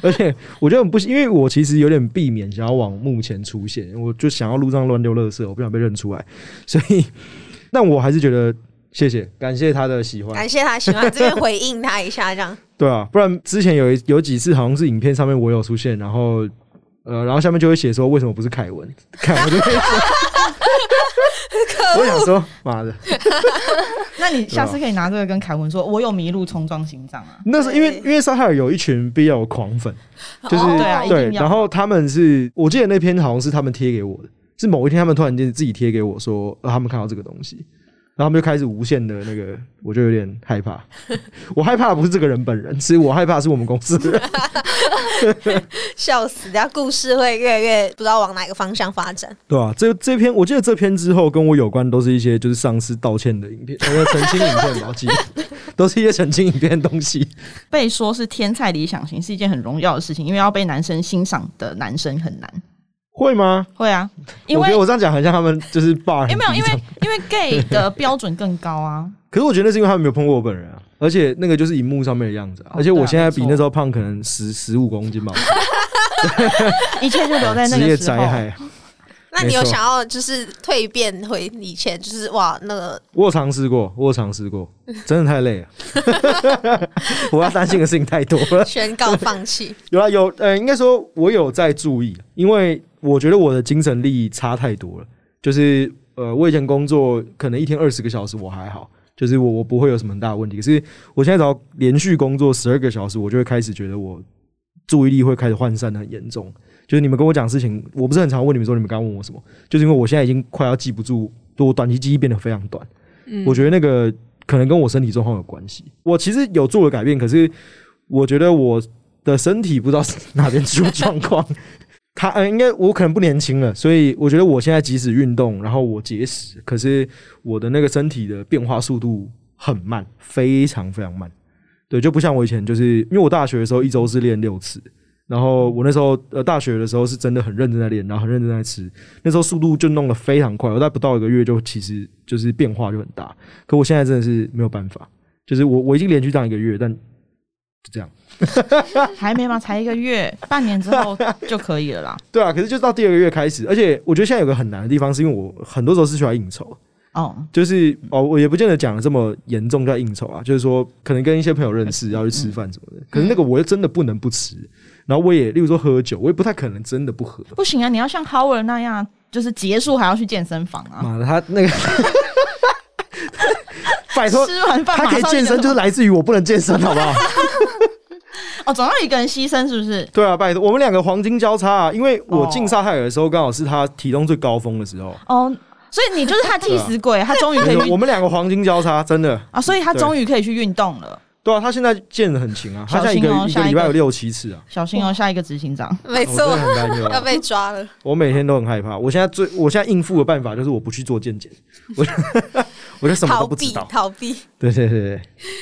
S1: 而且我觉得很不，因为我其实有点避免想要往幕前出现，我就想要路上乱丢垃圾，我不想被认出来，所以，但我还是觉得谢谢，感谢他的喜欢，
S2: 感谢他喜欢这边回应他一下，这样
S1: 对啊，不然之前有一有几次好像是影片上面我有出现，然后呃，然后下面就会写说为什么不是凯文？ 凯文就会说，我想说妈的，
S4: 那你下次可以拿这个跟凯文说，我有麋鹿冲撞心脏啊。
S1: 那时候因为因为沙哈尔有一群 BL 狂粉，就是、
S4: 哦对啊一
S1: 对，
S4: 定要
S1: 然后他们是我记得那篇好像是他们贴给我的，是某一天他们突然间自己贴给我说、呃他们看到这个东西。然后他们就开始无限的那个，我就有点害怕。 我害怕的不是这个人本人，其实我害怕是我们公司的人。
S2: 笑死！等下故事会越来越不知道往哪个方向发展。
S1: 对啊，这这篇我记得这篇之后跟我有关都是一些就是上司道歉的影片，呃，澄清影片吧，我记 得都是一些澄清影片的东西。
S4: 被说是天菜理想型是一件很荣耀的事情，因为要被男生欣赏的男生很难。
S1: 会吗？
S4: 会啊，因
S1: 我
S4: 为
S1: 觉得我这样讲很像他们就是 bar，
S4: 因为没有，因
S1: 很低
S4: 为
S1: 档
S4: 因为 gay 的标准更高啊。
S1: 可是我觉得那是因为他们没有碰过我本人啊，而且那个就是荧幕上面的样子啊、
S4: 哦
S1: 而且我现在
S4: 对
S1: 比
S4: 啊没错
S1: 那时候胖可能十十五公 斤吧，
S4: 一切就留在那
S1: 职业
S4: 个时
S1: 灾
S4: 候。
S1: 害。啊
S2: 那你有
S1: 没错
S2: 想要就是蜕变回以前，就是哇那个
S1: 我有尝试过，我有尝试过，真的太累了。 我要担心的事情太多了。
S2: 宣告放弃？
S1: 有啊，有，呃，应该说我有在注意，因为我觉得我的精神力差太多了。就是呃，我以前工作可能一天二十个小时我还好，就是我我不会有什么很大的问题。可是我现在只要连续工作十二个小时，我就会开始觉得我注意力会开始涣散的很严重。就是你们跟我讲事情，我不是很常问你们说你们刚刚问我什么，就是因为我现在已经快要记不住，就我短期记忆变得非常短。我觉得那个可能跟我身体状况有关系。我其实有做了改变，可是我觉得我的身体不知道是哪边出状况。 他嗯，应该我可能不年轻了，所以我觉得我现在即使运动，然后我节食，可是我的那个身体的变化速度很慢，非常非常慢。对，就不像我以前，就是因为我大学的时候一周是练六次，然后我那时候呃大学的时候是真的很认真在练，然后很认真在吃，那时候速度就弄得非常快，我在不到一个月就其实就是变化就很大。可我现在真的是没有办法，就是我我已经连续这样一个月，但就这样。
S4: 还没吗？才一个月，半年之后就可以了啦。
S1: 对啊，可是就到第二个月开始，而且我觉得现在有个很难的地方，是因为我很多时候是需要应酬，
S4: 哦，
S1: 就是哦，我也不见得讲的这么严重叫应酬啊，就是说可能跟一些朋友认识要去吃饭什么的，可是那
S4: 嗯
S1: 个我又真的不能不吃，然后我也例如说喝酒，我也不太可能真的不喝。
S4: 不行啊！你要像 Howard 那样，就是结束还要去健身房啊。
S1: 妈的，他 那个拜托，
S4: 吃完饭
S1: 他
S4: 马
S1: 可
S4: 上
S1: 以健身，
S4: 就
S1: 就是来自于我不能健身，好不 好？
S4: 哦，总要有一个人牺牲，是不是？
S1: 对啊，拜托，我们两个黄金交叉啊！因为我进沙海尔的时候，刚好是他体重最高峰的时候，
S4: 哦，所以你就是他替死鬼，他终于可以
S1: 啊哎我
S4: 去
S1: 们两个黄金交叉，真的。
S4: 啊，所以他终于可以去运动了。
S1: 对啊，他现在建的很勤啊，他现在一个、
S4: 小心哦
S1: 一
S4: 下
S1: 个
S4: 一个
S1: 礼拜有六七次啊，
S4: 小心哦，下一个执行长。
S2: 没错
S1: 我真的很担忧，啊
S2: 要被抓了。
S1: 我每天都很害怕。我现在最我现在应付的办法就是我不去做健检，我就我 就什么
S2: 逃
S1: 都不知
S2: 避
S1: 道。
S2: 逃避。
S1: 对对对对，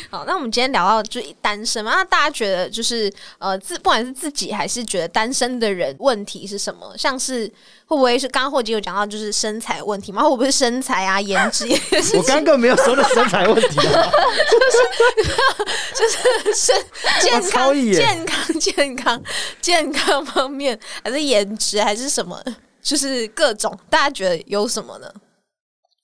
S2: 好，那我们今天聊到就是单身嘛，那大家觉得就是呃自不管是自己还是觉得单身的人，问题是什么？像是会不会是刚刚霍姐有讲到就是身材问题吗？会不会是身材啊、颜值也是
S1: 我刚刚没有说的身材问题、啊，
S2: 身健
S1: 我
S2: 康
S1: 超野
S2: 健康健康健康方面，还是颜值还是什么？就是各种大家觉得有什么呢？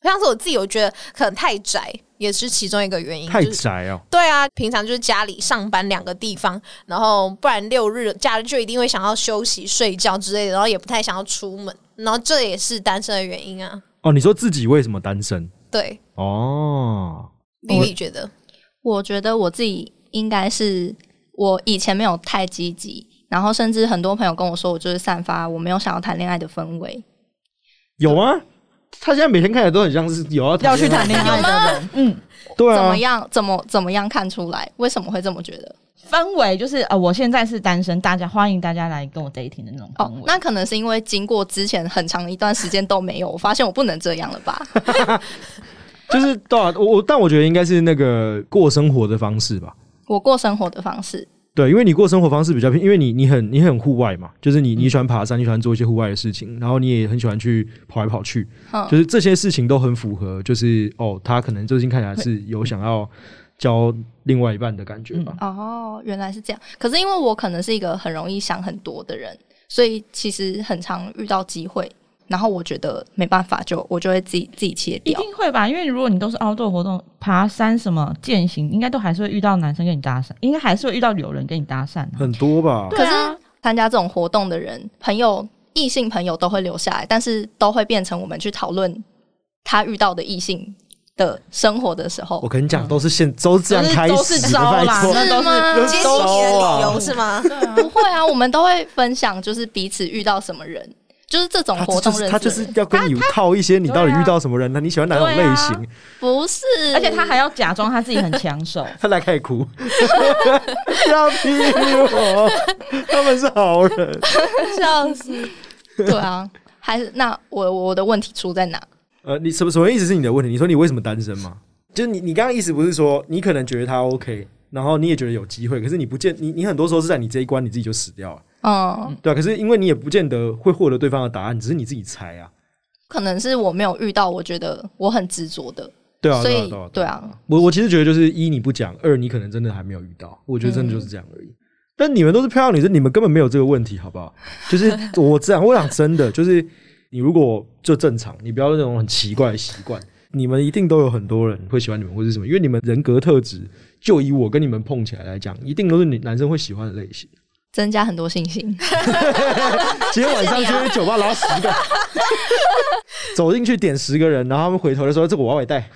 S2: 像是我自己，我觉得可能太宅也是其中一个原因，
S1: 太
S2: 就是
S1: 宅哦、
S2: 对啊，平常就是家里上班两个地方，然后不然六日假日就一定会想要休息、睡觉之类的，然后也不太想要出门，然后这也是单身的原因啊。
S1: 哦，你说自己为什么单身？
S2: 对
S1: 哦，
S2: ，B B 觉得
S3: 我觉得我自己应该是我以前没有太积极，然后甚至很多朋友跟我说，我就是散发我没有想要谈恋爱的氛围。
S1: 有啊，他现在每天看起来都很像是有啊要
S4: 要去
S1: 谈
S4: 谈恋爱的人，嗯，
S1: 爱，对
S3: 怎
S1: 啊
S3: 么，样？怎么怎么样看出来？为什么会这么觉得？
S4: 氛围就是呃，我现在是单身，大家欢迎大家来跟我 dating 的那种氛
S3: 哦
S4: 围。，
S3: 那可能是因为经过之前很长一段时间都没有，我发现我不能这样了 吧？
S1: 就是对啊，我我但我觉得应该是那个过生活的方式吧。
S3: 我过生活的方式，
S1: 对，因为你过生活方式比较偏，因为你你很你很户外嘛，就是
S4: 嗯
S1: 你你喜欢爬山，你喜欢做一些户外的事情，然后你也很喜欢去跑来跑去，
S3: 嗯
S1: 就是这些事情都很符合，就是哦，他可能最近看起来是有想要交另外一半的感觉吧。
S3: 哦，原来是这样。可是因为我可能是一个很容易想很多的人，所以其实很常遇到机会，然后我觉得没办法就，我就会啊自己自己切
S4: 一
S3: 掉。
S4: 定会吧，因为如果你都是 outdoor 活动，爬山什么践行，应该都还是会遇到男生跟你搭讪，应该还是会遇到有人跟你搭讪、啊。
S1: 很多吧，
S4: 对啊，
S3: 参加这种活动的人，朋友、异性朋友都会留下来，但是都会变成我们去讨论他遇到的异性的生活的时候
S1: 我。跟你讲，都是现都是这样
S4: 嗯就是
S1: 开始的，
S4: 都是招
S1: 拜
S4: 啦
S1: 托
S4: 那都是
S3: 吗
S1: 都是
S2: 接近你的理
S1: 啊
S2: 由是吗？
S3: 不会啊，我们都会分享，就是彼此遇到什么人，就是这种
S1: 他
S3: 活
S1: 就
S3: 动
S1: 是
S3: 认识的人。
S1: 他就是要跟你套一些你到底遇
S4: 啊
S1: 到什么人呢？你喜欢哪种类型？
S3: 不是，
S4: 而且他还要假装他自己很抢手，
S1: 他来开始哭， 要逼我，他们是好人。
S3: 笑死。 对啊，还是那我我的问题出在哪？
S1: 呃，你什么什么意思是你的问题？你说你为什么单身吗？就是你你刚刚意思不是说你可能觉得他 OK，然后你也觉得有机会，可是你不见你你很多时候是在你这一关你自己就死掉了，
S3: 嗯，
S1: 对啊，可是因为你也不见得会获得对方的答案，只是你自己猜啊，
S3: 可能是我没有遇到，我觉得我很执着的，
S1: 对啊，
S3: 所
S1: 对啊
S3: 以
S1: 对啊，
S3: 对
S1: 啊。
S3: 啊，
S1: 我我其实觉得就是一你不讲，二你可能真的还没有遇到，我觉得真的就是这样而已。但你们都是漂亮女生，你们根本没有这个问题，好不好？就是我这样，我想真的就是你如果就正常，你不要那种很奇怪的习惯，你们一定都有很多人会喜欢你们或是什么，因为你们人格特质，就以我跟你们碰起来来讲，一定都是你男生会喜欢的类型。
S3: 增加很多信 心。
S1: 今天晚上去酒吧拉十个，走进去点十个人，然后他们回头的时候，这个我要也带。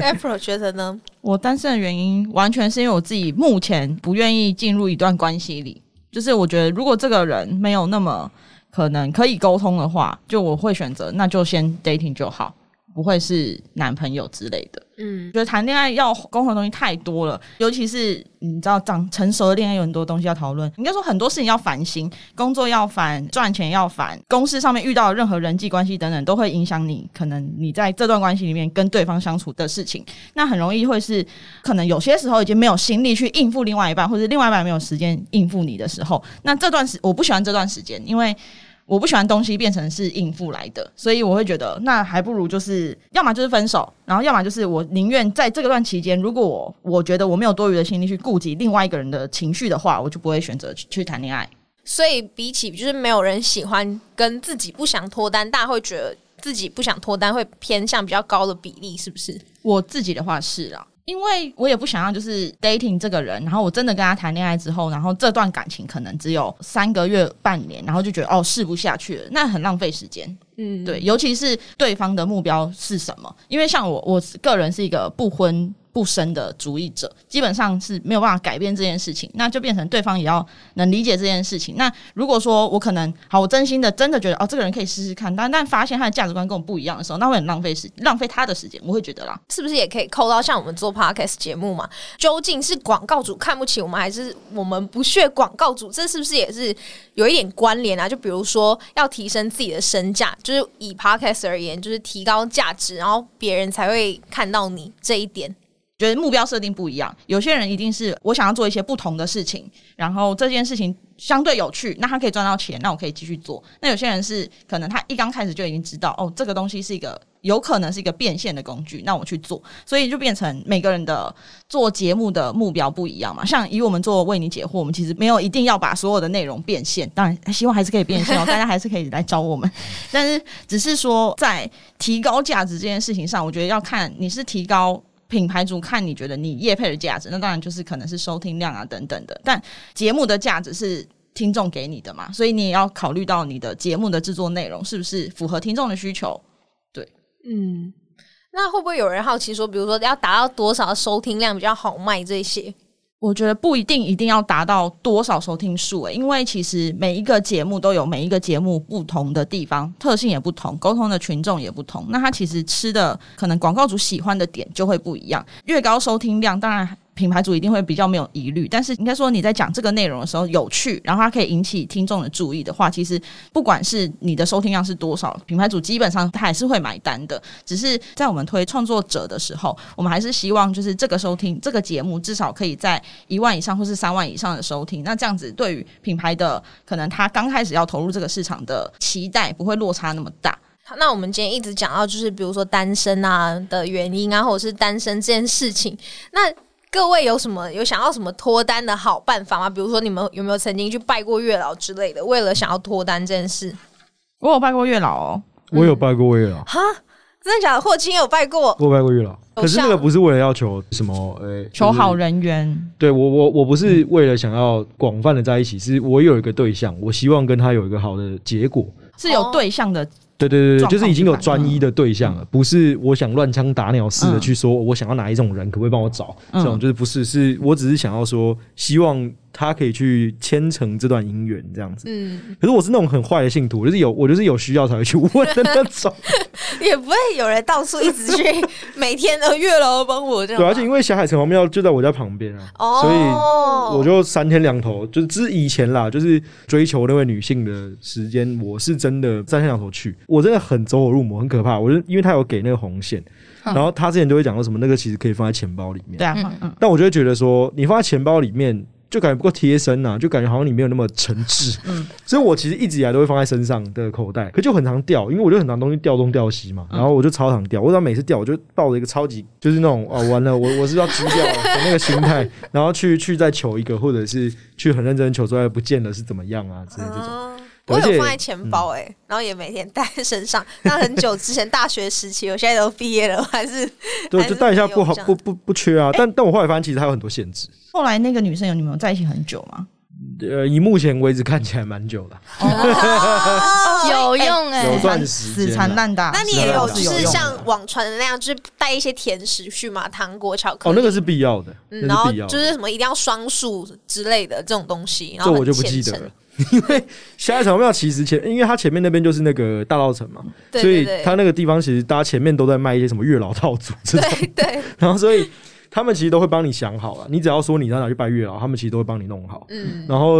S2: April 觉得呢？
S4: 我单身的原因完全是因为我自己目前不愿意进入一段关系里，就是我觉得如果这个人没有那么可能可以沟通的话，就我会选择那就先 dating 就好，不会是男朋友之类的。
S2: 嗯，
S4: 觉得谈恋爱要沟通的东西太多了，尤其是嗯你知道长成熟的恋爱有很多东西要讨论，应该说很多事情要烦心，工作要烦，赚钱要烦，公司上面遇到的任何人际关系等等，都会影响你可能你在这段关系里面跟对方相处的事情，那很容易会是可能有些时候已经没有心力去应付另外一半，或者另外一半没有时间应付你的时候，那这段时我不喜欢这段时间，因为我不喜欢东西变成是应付来的，所以我会觉得那还不如就是要么就是分手，然后要么就是我宁愿在这个段期间，如果我我觉得我没有多余的心力去顾及另外一个人的情绪的话，我就不会选择去去谈恋爱。
S2: 所以比起就是没有人喜欢跟自己不想脱单，大家会觉得自己不想脱单会偏向比较高的比例，是不是？
S4: 我自己的话是啦，因为我也不想要就是 dating 这个人，然后我真的跟他谈恋爱之后，然后这段感情可能只有三个月、半年，然后就觉得哦试不下去了，那很浪费时间。
S2: 嗯，
S4: 对，尤其是对方的目标是什么？因为像我，我是个人是一个不婚不深的主义者，基本上是没有办法改变这件事情，那就变成对方也要能理解这件事情。那如果说我可能好，我真心的真的觉得哦，这个人可以试试看，但但发现他的价值观跟我不一样的时候，那会很浪费时，浪费他的时间，我会觉得啦。
S2: 是不是也可以扣到像我们做 podcast 节目嘛？究竟是广告主看不起我们，还是我们不屑广告主？这是不是也是有一点关联啊？就比如说要提升自己的身价，就是以 podcast 而言，就是提高价值，然后别人才会看到你这一点。
S4: 觉得目标设定不一样，有些人一定是我想要做一些不同的事情，然后这件事情相对有趣，那他可以赚到钱，那我可以继续做。那有些人是可能他一刚开始就已经知道，哦，这个东西是一个有可能是一个变现的工具，那我去做，所以就变成每个人的做节目的目标不一样嘛。像以我们做为你解惑，我们其实没有一定要把所有的内容变现，当然希望还是可以变现哦，大家还是可以来找我们， 但是只是说在提高价值这件事情上，我觉得要看你是提高。品牌主看你觉得你业配的价值，那当然就是可能是收听量啊等等的，但节目的价值是听众给你的嘛，所以你也要考虑到你的节目的制作内容是不是符合听众的需求。对，
S2: 嗯，那会不会有人好奇说，比如说要达到多少收听量比较好卖这些？
S4: 我觉得不一定一定要达到多少收听数诶、欸，因为其实每一个节目都有每一个节目不同的地方，特性也不同，沟通的群众也不同。那它其实吃的可能广告主喜欢的点就会不一样。越高收听量，当然品牌主一定会比较没有疑虑。但是应该说你在讲这个内容的时候有趣，然后它可以引起听众的注意的话，其实不管是你的收听量是多少，品牌主基本上他还是会买单的。只是在我们推创作者的时候，我们还是希望就是这个收听这个节目至少可以在一万以上或是三万以上的收听，那这样子对于品牌的可能他刚开始要投入这个市场的期待不会落差那么大。
S2: 好，那我们今天一直讲到就是比如说单身啊的原因啊，或者是单身这件事情，那。各位有什么有想要什么脱单的好办法吗？比如说你们有没有曾经去拜过月老之类的，为了想要脱单这件事？
S4: 我有拜过月老哦，
S1: 我有拜过月啊老。
S2: 哈，真的假的？霍青有拜过，
S1: 我拜过月老。可是那个不是为了要求什么，呃、欸，
S4: 求好人缘、就
S1: 对
S4: 是。
S1: 我，我我不是为了想要广泛的在一起，是我有一个对象，我希望跟他有一个好的结果，
S4: 是哦有对象的。
S1: 对对对对，就是已经有专一的对象了，嗯、不是我想乱枪打鸟似的去说，我想要哪一种人，可不可以帮我找？嗯、这种就是不是，是我只是想要说，希望他可以去牵成这段姻缘这样子。嗯，可是我是那种很坏的信徒，就是有我就是有需要才会去问的那种，
S2: 也不会有人到处一直去，每天都月老帮我这 样。
S1: 对，而且因为霞海城隍庙就在我家旁边啊，哦、所以我就三天两头，就是之以前啦，就是追求那位女性的时间，我是真的三天两头去。我真的很走火入魔，很可怕。我就因为他有给那个红线，嗯、然后他之前都会讲到什么那个其实可以放在钱包里面。
S4: 对啊，嗯、
S1: 但我就会觉得说，你放在钱包里面就感觉不够贴身呐、啊，就感觉好像你没有那么诚挚。嗯，所以我其实一直以来都会放在身上的口袋，可就很常掉，因为我就很常东西掉东掉西嘛，
S2: 嗯
S1: 然后我就超常掉。我只要每次掉，我就抱着一个超级就是那种哦完了，我我是要丢掉的那个心态，然后去去再求一个，或者是去很认真求出来不见了是怎么样啊之类这种。嗯
S2: 哦我有放在钱包哎、欸，嗯、然后也每天带在身上。那很久之前大学时期，我现在都毕业了，我还是
S1: 对，就带一下不好不不不缺啊。欸、但但我后来发现，其实它有很多限制。
S4: 后来那个女生有你们在一起很久吗？
S1: 呃，以目前为止看起来蛮久 的，
S2: 哦
S3: 有
S4: 哦
S3: 用哎，
S1: 有段时啊
S4: 死缠烂打。
S2: 那你也有就是像网传的那样，就是带一些甜食去嘛，糖果、巧
S1: 力。
S2: 克
S1: 哦，那个是必要的。嗯，
S2: 然后就是什么一定要双数之类的这种东西，然后
S1: 我就不记得了。 因为下一场庙其实前，因为它前面那边就是那个大稻城嘛，
S2: 對
S1: 對對所以它那个地方其实大家前面都在卖一些什么月老套组这种，
S2: 对，
S1: 然后所以。他们其实都会帮你想好啊了，你只要说你在哪去拜月老，他们其实都会帮你弄好。嗯，然后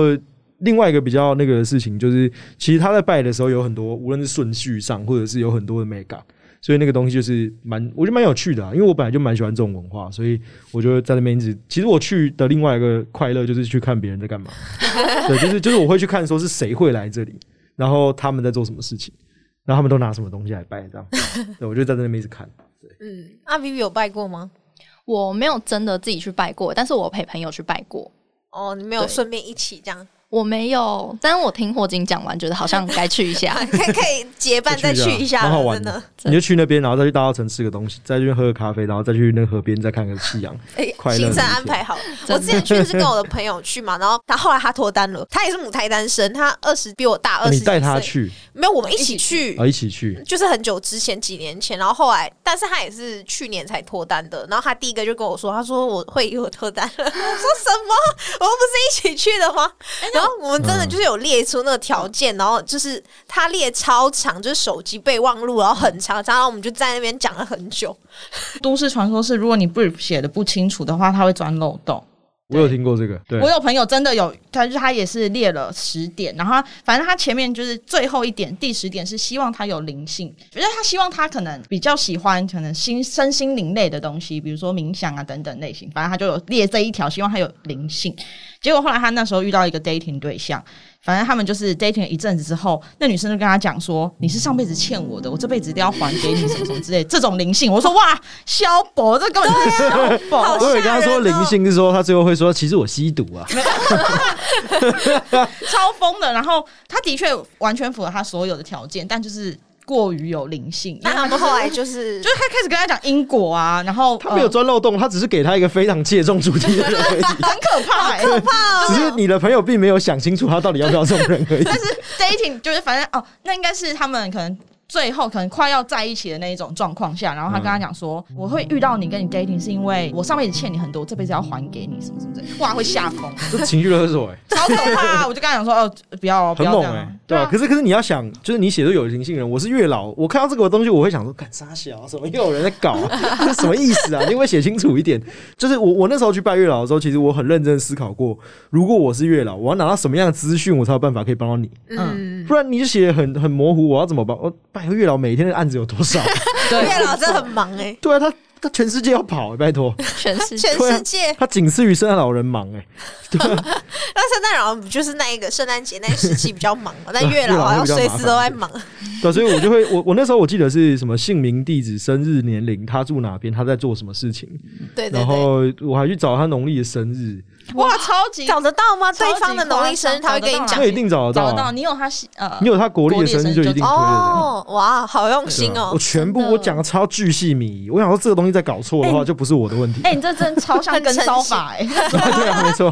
S1: 另外一个比较那个的事情就是，其实他在拜的时候有很多，无论是顺序上，或者是有很多的美感，所以那个东西就是蛮，我觉得蛮有趣的、啊。因为我本来就蛮喜欢这种文化，所以我就在那边一直。其实我去的另外一个快乐就是去看别人在 干嘛，对，就是就是我会去看说是谁会来这里，然后他们在做什么事情，然后他们都拿什么东西来拜这样。对，我就在那边一直 看。对，
S2: 嗯，阿 Vivi 有拜过吗？
S3: 我没有真的自己去拜过，但是我陪朋友去拜过。
S2: 哦，你没有顺便一起这样？
S3: 我没有，但是我听霍金讲完，觉得好像该去一 下，
S2: 可以可以 结伴再去一下，
S1: 蛮好玩
S2: 的。
S1: 你就去那边，然后再去大稻城吃个东西，再去喝个咖啡，然后再去那河边再看个夕阳。
S2: 哎，
S1: 快
S2: 行程安 排好。我之前去是跟我的朋
S4: 哦
S2: 友去嘛，然后他后来他脱单了，他也是母胎单身，他二十比我大二十。
S1: 哦你带他去？
S2: 没有，我们一起去，
S1: 啊，一起去，
S2: 就是很久之前几年前，然后后来，但是他也是去年才脱单的。然后他第一个就跟我说，他说我会以后脱单 了。我说什么？我们不是一起去的吗？然后我们真的就是有列出那个条件，然后就是他列超长，就是手机备忘录，然后很长，然后我们就在那边讲了很久。
S4: 都市传说是，如果你 brief 写的不清楚的话，它会钻漏洞。
S1: 我有听过这个，对，
S4: 我有朋友真的有，他就是他也是列了十点，然后他反正他前面就是最后一点，第十点是希望他有灵性，就是他希望他可能比较喜欢可能心身心灵类的东西，比如说冥想啊等等类型，反正他就有列这一条，希望他有灵性。结果后来他那时候遇到一个 dating 对象，反正他们就是 dating 了一阵子之后，那女生就跟他讲说：“你是上辈子欠我的，我这辈子一定要还给你，什么什么之类。”这种灵性，我说哇，萧伯这根本就是萧伯，
S2: 好
S1: 我以为跟
S2: 吓
S1: 他
S2: 人
S1: 说灵
S2: 哦
S1: 性是说他最后会说，其实我吸毒啊，
S4: 超疯的。然后他的确完全符合他所有的条件，但就是过于有灵性。
S2: 那他们后来就是
S4: 就是他开始跟他讲因果啊，然后
S1: 他没有钻漏洞，他只是给他一个非常切中主题的人而 已。
S4: 呃很可 怕、欸， 可怕。
S1: 只是你的朋友并没有想清楚他到底要不要这种人而 已。
S4: 但是 dating 就是反正哦，那应该是他们可能。最后可能快要在一起的那一种状况下，然后他跟他讲说：“
S1: 嗯
S4: 我会遇到你跟你 dating 是因为我上辈子欠你很多，我这辈子要还给你什么什么之类的。”哇，会吓疯，
S1: 这情绪勒索、欸，
S4: 超可怕、我就跟他讲说：“哦，不要哦，不
S1: 很
S4: 要
S1: 猛
S4: 这样
S1: 哎、
S4: 哦。
S1: 对啊。可是可是你要想，就是你写的有灵性人，我是月老，我看到这个东西，我会想说，干啥小啊，什么又有人在搞、 啊，这是什么意思啊？你会不会写清楚一点。就是我我那时候去拜月老的时候，其实我很认真思考过，如果我是月老，我要拿到什么样的资讯，我才有办法可以帮到你，
S2: 嗯，
S1: 不然你就写得很很模糊，我要怎么帮？我拜个月老每天的案子有多少？
S4: 对
S2: 月老真的很忙哎、
S1: 对啊，他他全世界要跑、欸，拜托，
S3: 全世界
S2: 全世界
S1: 他仅次于圣诞老人忙哎、
S2: 那圣诞老人不就是那一个圣诞节那时期比较忙嘛？但月
S1: 月
S2: 老
S1: 老
S2: 好
S1: 会
S2: 像
S1: 比较麻
S2: 随时
S1: 烦
S2: 都在
S1: 一
S2: 忙，
S1: 对，啊所以我就会我我那时候我记得是什么姓名、地址、生日、年龄，他住哪边，他在做什么事情，
S2: 对对
S1: 然
S2: 对。
S1: 后我还去找他农历的生日，
S4: 哇，超级
S2: 找得到吗？
S4: 超
S2: 对
S4: 级
S2: 方的农历生日他会跟你
S4: 夸张找
S2: 讲
S1: 那
S4: 得到
S1: 一定找得
S4: 找
S1: 到
S4: 得到
S1: 啊。
S4: 你有他喜呃，
S1: 你有他国历的生日就一定推得到。
S2: 哦，哇，好用
S1: 对
S2: 心
S1: 啊
S2: 哦
S1: 我，全部
S3: 真的
S1: 我讲的超巨细靡遗，我想说这个东西再搞错的话，就不是我的问题。
S4: 哎、你这真的超像跟骚法哎、
S1: 对啊，没错，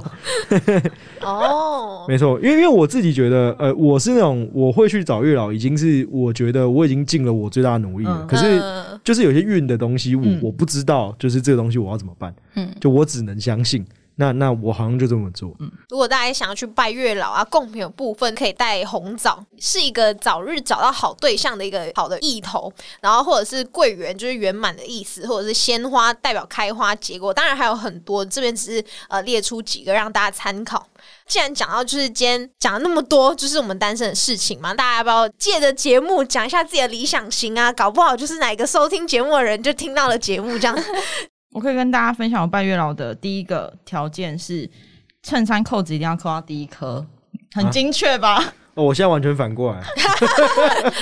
S1: 啊
S2: 哦，
S1: 没错，因为因为我自己觉得，呃，我是那种我会去找月老，已经是我觉得我已经尽了我最大的努力了。
S4: 嗯
S1: 可是
S2: 嗯
S1: 就是有些运的东西，我、
S4: 嗯
S1: 我不知道，就是这个东西我要怎么办？
S3: 嗯
S1: 就我只能相信。那那我好像就这么做，
S4: 嗯
S2: 如果大家想要去拜月老啊，贡品有部分可以带红枣，是一个早日找到好对象的一个好的意头。然后或者是桂圆，就是圆满的意思，或者是鲜花代表开花结果。当然还有很多，这边只是呃列出几个让大家参考。既然讲到就是今天讲了那么多，就是我们单身的事情嘛，大家要不要借着节目讲一下自己的理想型啊？搞不好就是哪一个收听节目的人就听到了节目这样。
S4: 我可以跟大家分享，我拜月老的第一个条件是衬衫扣子一定要扣到第一颗，
S1: 啊
S4: 很精确吧？
S1: 哦，我现在完全反过来，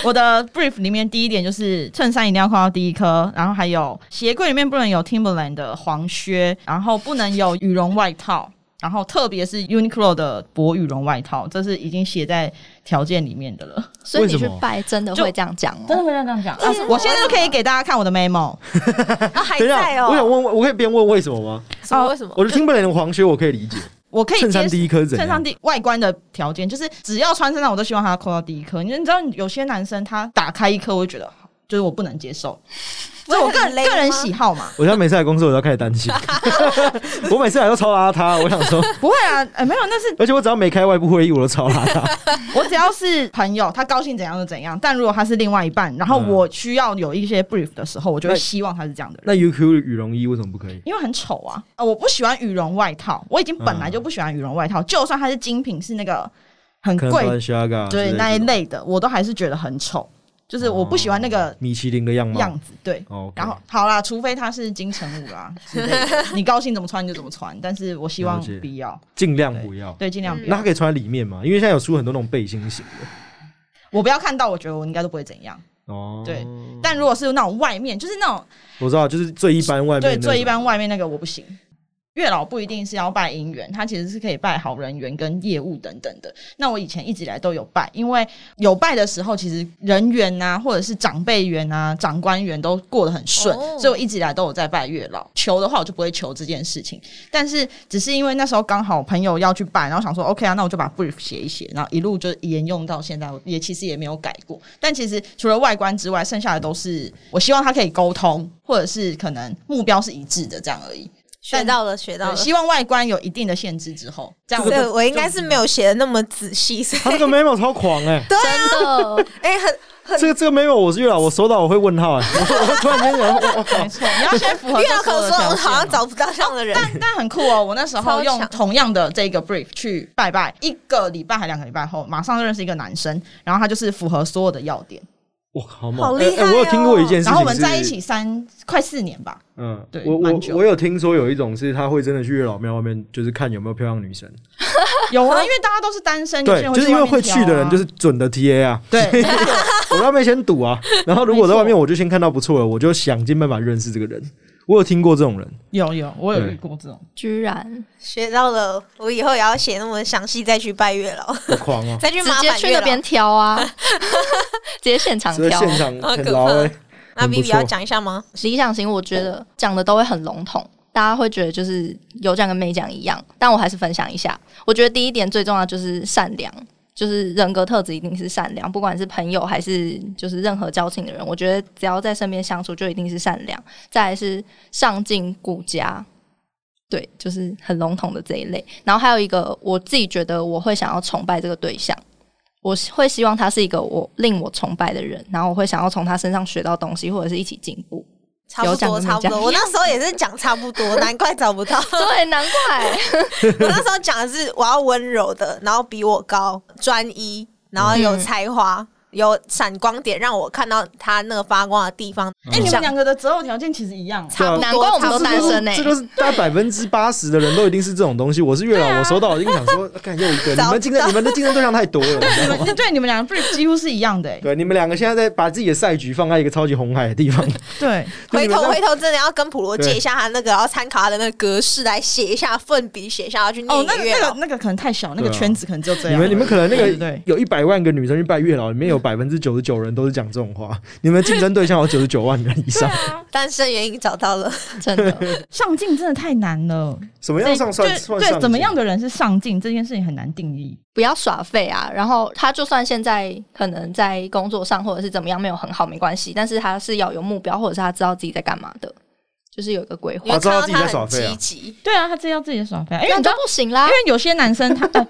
S4: 我的 brief 里面第一点就是衬衫一定要扣到第一颗，然后还有鞋柜里面不能有 Timberland 的黄靴，然后不能有羽绒外套。然后，特别是 Uniqlo 的薄羽绒外套，这是已经写在条件里面的了。
S3: 所以你
S1: 为什
S3: 去
S1: 么
S3: 拜真的
S4: 就
S3: 会这样讲
S4: 真
S3: 哦？
S4: 的会这样讲？
S2: 天啊
S4: 我现在就可以给大家看我的 memo。
S2: 啊，还
S1: 等一
S2: 在
S1: 下，
S2: 哦、
S1: 我想问，我可以边问为什么 吗？
S2: 什么为什么？
S1: 我的听不懂的黄靴我可以理解，
S4: 我可以
S1: 衬
S4: 接
S1: 衫第一颗是怎
S4: 衬
S1: 样？
S4: 衫第外观的条件，就是只要穿衬衫，我都希望他扣到第一颗。你知道有些男生他打开一颗，我就觉得就是我不能 接受，
S2: 不是
S4: 这是我个
S2: 很
S4: 人
S2: 累吗
S4: 个人喜好 嘛。
S1: 我现在每次来公司我都要开始担 心，我每次来都超邋遢，我想说，
S4: 不会啊，呃，没有，那是
S1: 而且我只要没开外部会议我都超邋遢，
S4: 我只要是朋友，他高兴怎样就怎样。但如果他是另外一半，然后
S1: 嗯
S4: 我需要有一些 brief 的时候，我就会
S1: 那
S4: 希望他是这样的人。
S1: 那 UQ 羽绒衣为什么不可以？
S4: 因为很丑啊！呃，我不喜欢羽绒外套，我已经本来就不喜欢羽绒外套，就算它是精品，是那个很
S1: 可能
S4: 贵
S1: Balenciaga 啊之
S4: 对
S1: 的
S4: 那一
S1: 这种
S4: 类的，我都还是觉得很丑，就是我不喜欢那个
S1: 米其林的样貌
S4: 样子。对，
S1: 哦，
S4: 然后好啦，除非他是金城武啦之类的，你高兴怎么穿就怎么穿，但是我希望
S1: 了解
S4: 不要，
S1: 尽量不要。
S4: 对，尽量不
S1: 那
S4: 要。
S1: 它可以穿在里面嘛？因为现在有出很多那种背心型的
S4: 我不要看到，我觉得我应该都不会怎样。
S1: 哦。
S4: 对，但如果是那种外面，就是那种
S1: 我知道，就是最一般外面
S4: 对
S1: 那种
S4: 最一般外面那个我不行，月老不一定是要拜姻缘，他其实是可以拜好人缘跟业务等等的。那我以前一直以来都有拜，因为有拜的时候，其实人缘呐、或者是长辈缘啊、长官缘都过得很顺，
S2: 哦
S4: 所以我一直以来都有在拜月老。求的话，我就不会求这件事情，但是只是因为那时候刚好朋友要去拜，然后想说 OK 啊，那我就把 brief 写一写，然后一路就沿用到现在，我也其实也没有改过。但其实除了外观之外，剩下的都是我希望他可以沟通，或者是可能目标是一致的这样而已。
S2: 学到了，学到
S4: 对
S2: 了。
S4: 希望外观有一定的限制之后，这样我
S2: 所以
S4: 就
S2: 我应该是没有写的那么仔细，所
S1: 他
S2: 以
S1: 那个 memo 超狂 哎、
S3: 真的，
S2: 哎、很
S1: 这个这个 memo 我是月老，我收到我会问号哎、 我我突然间想说，我我靠
S4: 没，错，你要先符 合
S2: 月
S4: 这
S2: 老
S4: 所
S2: 可说
S4: 有的条
S2: 我
S4: 件
S2: 好像
S4: 哦
S2: 找不到这样的人，
S4: 但但很酷哦！我那时候用
S2: 超强
S4: 同样的这个 brief 去拜拜，一个礼拜还两个礼拜后，马上就认识一个男生，然后他就是符合所有的要点，
S1: 我好猛！
S2: 好
S1: 哎
S2: 厉害
S1: 哎我有
S2: 哦
S1: 听过一件事情，
S4: 然后我们在一起，三快四年吧，
S1: 嗯，
S4: 对
S1: 我我
S4: 蛮久
S1: 我有听说有一种是他会真的去月老庙外面，就是看有没有漂亮女神。
S4: 有啊，因为大家都是单身，有
S1: 对
S4: 些人，
S1: 就是因为会
S4: 会去外
S1: 去
S4: 面挑啊
S1: 的人就是准的 TA 啊。
S4: 对，
S1: 我在外面先 赌啊，然后如果
S4: 没错
S1: 在外面我就先看到不错了，我就想尽办法认识这个人。我有听过这种人，
S4: 有有，我有遇过这种，
S3: 居然
S2: 学到了，我以后也要写那么详细，再去拜月老，
S1: 好狂哦、
S2: 再去麻
S3: 直接
S2: 烦
S3: 去
S2: 月
S3: 那
S2: 老。
S3: 边挑啊， 直接现场
S1: 所以
S3: 挑。
S1: 现场
S2: 好
S1: 很
S2: 可
S1: 劳
S2: 怕
S1: 哎、
S2: 那
S1: 很不
S2: Vivi 要
S1: 错
S2: 讲一下吗？
S3: 理想型，我觉得讲的都会很笼统，大家会觉得就是有讲跟没讲一样，但我还是分享一下。我觉得第一点最重要就是善良，就是人格特质一定是善良，不管是朋友还是就是任何交情的人，我觉得只要在身边相处就一定是善良。再来是上进顾家。对，就是很笼统的这一类。然后还有一个，我自己觉得我会想要崇拜这个对象，我会希望他是一个我令我崇拜的人，然后我会想要从他身上学到东西，或者是一起进步。
S2: 差不
S3: 有讲
S2: 多，
S3: 跟没
S2: 差不多。
S3: 讲
S2: 我那时候也是讲差不 多，难怪找不到。
S3: 对，难怪
S2: 我那时候讲的是我要温柔的，然后比我高、专一，然后有
S3: 嗯
S2: 才华、有闪光点，让我看到他那个发光的地方。
S4: 哎，你
S2: 这
S4: 们
S2: 样
S4: 两个的择偶条件其实一样啊，
S2: 差不多，
S3: 难怪我们都
S2: 差不多
S3: 单身呢、
S1: 这就是大概百分之八十的人都一定是这种东西。我是月老，我收到我一定想说，干又一个，你
S2: 找不
S1: 们竞争你们的竞争对象太多了。
S4: 你们对你们两个 brief 几乎是一样的，哎，
S1: 对，你们两个现在在把自己的赛局放在一个超级红海的地方，
S4: 对，
S1: 就
S2: 回
S1: 你
S2: 头
S1: 们
S2: 回
S1: 在
S2: 头真的要跟普罗借一下他那个，然后参考他的那个格式来写一下奋笔，写一下要去念
S4: 哦，那
S2: 一
S4: 那
S2: 月老
S4: 个。那个可能太小，那个
S1: 对啊
S4: 圈子可能就这样
S1: 你
S4: 而已，
S1: 们你们可能那
S4: 对
S1: 个
S4: 对
S1: 有一百万个女生去拜月老，里面有百分之九十九人都是讲这种话。你们竞争对象有九十九万人以上，
S2: 单身原因找到 了，
S3: 真的。
S4: 上进真的太难了。
S1: 什么样上算
S4: 对
S1: 算
S4: 对，
S1: 上？
S4: 怎么样？的人是上进这件事情很难定义。
S3: 不要耍废啊！然后他就算现在可能在工作上或者是怎么样没有很好，没关系，但是他是要有目标，或者是他知道自己在干嘛的，就是有一个规
S2: 你
S3: 划
S1: 啊。
S2: 会
S1: 知道
S2: 看
S1: 自己
S2: 到他
S1: 在耍
S2: 很
S1: 废啊
S2: 积极。
S4: 对啊，他这要自己的耍废，因
S3: 这
S4: 为
S3: 样
S4: 你知
S3: 就
S4: 道，
S3: 不行啦
S1: 啊
S4: 因为。有些男生 他，呃、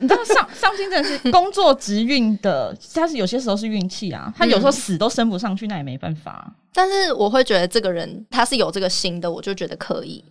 S4: 你知道上上进真的是工作职运的，他是有些时候是运气啊，他有时候死都升不上去，那也没办法啊。
S3: 但是我会觉得这个人他是有这个心的，我就觉得可以。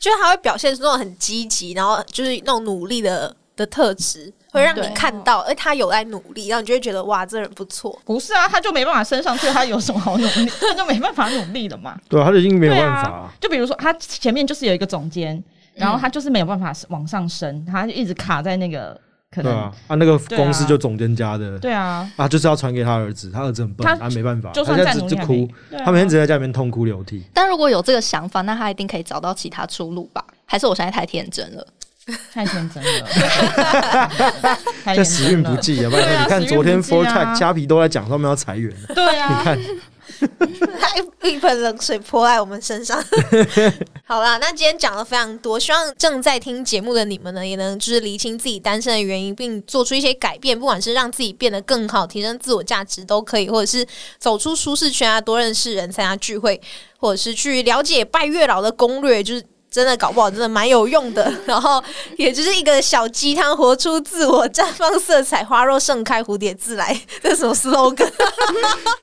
S2: 就是他会表现出那种很积极，然后就是那种努力的的特质，会
S4: 嗯
S2: 让你
S3: 对
S2: 看到，而他有在努力，然后你就会觉得哇，这人不错。
S4: 不是啊，他就没办法升上去，他有什么好努力？ 他就没办法努力了嘛。
S1: 对啊，他就已经没有
S4: 对
S1: 办法
S4: 啊
S1: 啊。，
S4: 就比如说他前面就是有一个总监，然后他就是没有办法往上升，他就一直卡在那个可
S1: 对
S4: 能。
S1: 啊，啊那个
S4: 对啊
S1: 公司就总监家的，
S4: 对啊，
S1: 啊就是要传给他儿子，他儿子很笨，
S4: 他
S1: 他没办法，
S4: 就
S1: 他
S4: 算
S1: 现
S4: 再
S1: 在
S4: 努
S1: 只
S4: 力
S1: 只
S4: 还
S1: 哭
S4: 没，对啊
S1: 他每天只在家里面痛哭流涕。
S3: 但如果有这个想法，那他一定可以找到其他出路吧？还是我现在太天真了？
S4: 太天真了，太
S1: 这
S4: 天
S1: 时运
S4: 真了
S1: 不。济啊！不然
S4: 对啊
S1: 你看昨天
S4: 时运
S1: Four
S4: 不济啊
S1: Tech 虾皮都在讲他们要 裁员，
S4: 对啊，
S1: 你看
S2: 他一一盆冷水泼在我们身上。 好啦，那今天讲了非常多，希望正在听节目的你们呢，也能就是厘清自己单身的原因，并做出一些改变，不管是让自己变得更好，提升自我价值都可以，啊或者是走出舒适圈啊，多认识人，参加聚会，或者是去了解拜月老的攻略，就是。真的搞不好真的蛮有用的，然后也就是一个小鸡汤，活出自我，绽放色彩，花若盛开，蝴蝶自来， 这是什么 slogan？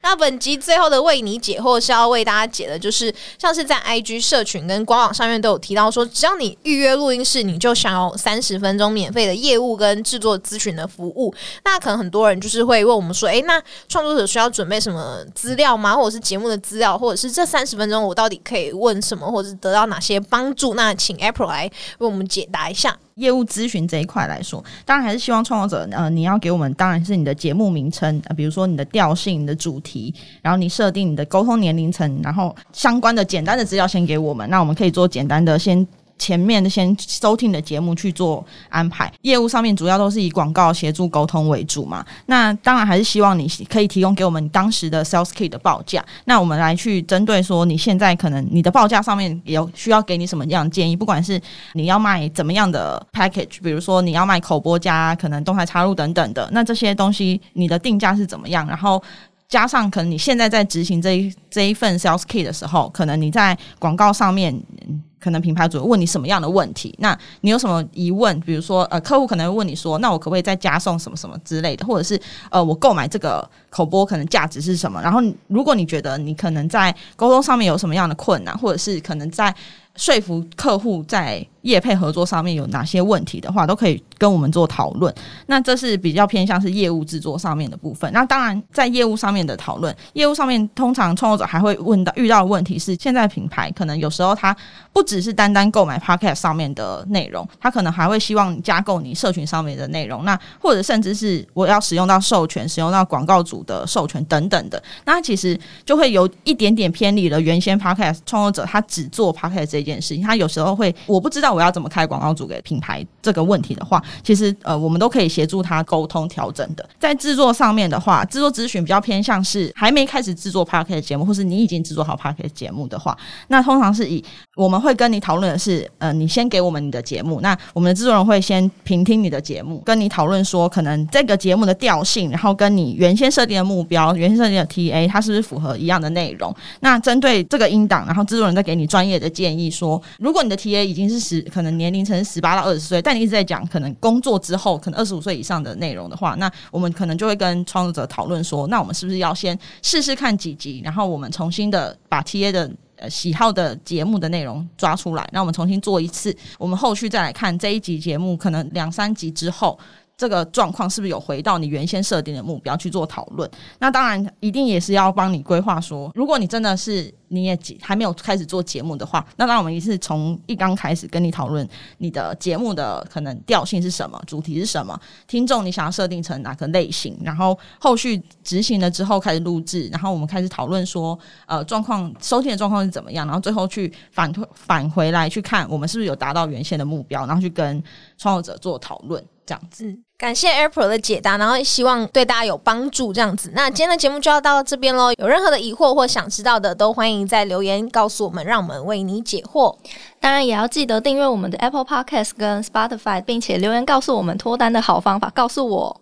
S2: 那 本集最后的为你解惑是要为大家解的，就是像是在 IG 社群跟官网上面都有提到说，只要你预约录音室，你就享有三十分钟免费的业务跟制作咨询的服务。那可能很多人就是会问我们说，诶，那创作者需要准备什么资料吗？或者是节目的资料，或者是这三十分钟我到底可以问什么，或者是得到哪些帮助？那请 April 来为我们解答一下。
S4: 业务咨询这一块来说，当然还是希望创作者呃，你要给我们当然是你的节目名称、呃，比如说你的调性、你的主题，然后你设定你的沟通年龄层，然后相关的简单的资料先给我们，那我们可以做简单的先。前面的先收听的节目去做安排。业务上面主要都是以广告协助沟通为主嘛。那当然还是希望你可以提供给我们当时的 sales kit 的报价，那我们来去针对说你现在可能你的报价上面有需要给你什么样的建议，不管是你要卖怎么样的 package，比如说你要卖口播加可能动态插入等等的，那这些东西你的定价是怎么样，然后。加上可能你现在在执行这一这一份 sales key 的时候，可能你在广告上面，嗯可能品牌主问你什么样的问题，那你有什么疑问？比如说，呃，客户可能会问你说，那我可不可以再加送什么什么之类的，或者是呃，我购买这个口播可能价值是什么？然后你，如果你觉得你可能在沟通上面有什么样的困难，或者是可能在说服客户在业配合作上面有哪些问题的话，都可以跟我们做讨论。那这是比较偏向是业务制作上面的部分。那当然，在业务上面的讨论，业务上面通常创作者还会问到遇到的问题是，现在品牌可能有时候它不只是单单购买 Podcast 上面的内容，它可能还会希望你加购你社群上面的内容，那或者甚至是我要使用到授权，使用到广告主的授权等等的。那其实就会有一点点偏离了原先 Podcast 创作者他只做 Podcast 这件事情，他有时候会我不知道我要怎么开广告主给品牌这个问题的话，其实呃我们都可以协助他沟通调整的。在制作上面的话，制作咨询比较偏向是还没开始制作 Podcast 节目，或是你已经制作好 Podcast 节目的话，那通常是以我们会跟你讨论的是，呃，你先给我们你的节目，那我们的制作人会先评听你的节目，跟你讨论说，可能这个节目的调性，然后跟你原先设定的目标、原先设定的 TA，它是不是符合一样的内容？那针对这个音档，然后制作人再给你专业的建议说，如果你的 TA 已经是十，可能年龄层十八到二十岁，但你一直在讲可能工作之后，可能二十五岁以上的内容的话，那我们可能就会跟创作者讨论说，那我们是不是要先试试看几集，然后我们重新的把 TA 的。呃喜好的节目的内容抓出来，那我们重新做一次，我们后续再来看这一集节目，可能两三集之后。这个状况是不是有回到你原先设定的目标去做讨论？那当然，一定也是要帮你规划说，如果你真的是你也几还没有开始做节目的话，那当然我们也是从一刚开始跟你讨论你的节目的可能调性是什么，主题是什么，听众你想要设定成哪个类型，然后后续执行了之后开始录制，然后我们开始讨论说，呃，状况收听的状况是怎么样，然后最后去反推 返回来去看我们是不是有达到原先的目标，然后去跟创作者做讨论。这样子，
S2: 感谢 April 的解答，然后希望对大家有帮助。这样子，那今天的节目就要到这边喽。有任何的疑惑或想知道的，都欢迎在留言告诉我们，让我们为你解惑。
S3: 当然也要记得订阅我们的 Apple Podcast 跟 Spotify，并且留言告诉我们脱单的好方法，告诉我。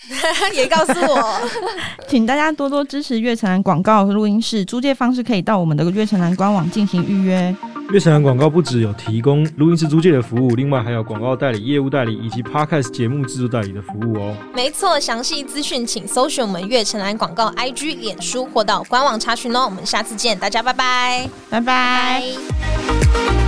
S2: 也告诉我，
S4: 请大家多多支持月城南广告录音室。租借方式可以到我们的月城南官网进行预约。
S1: 月城南广告不只有提供录音室租借的服务，另外还有广告代理、业务代理以及 Podcast 节目制作代理的服务哦。
S2: 没错，详细资讯请搜寻我们月城南广告 IG、脸书或到官网查询哦。我们下次见，大家拜拜，
S4: 拜拜。
S3: 拜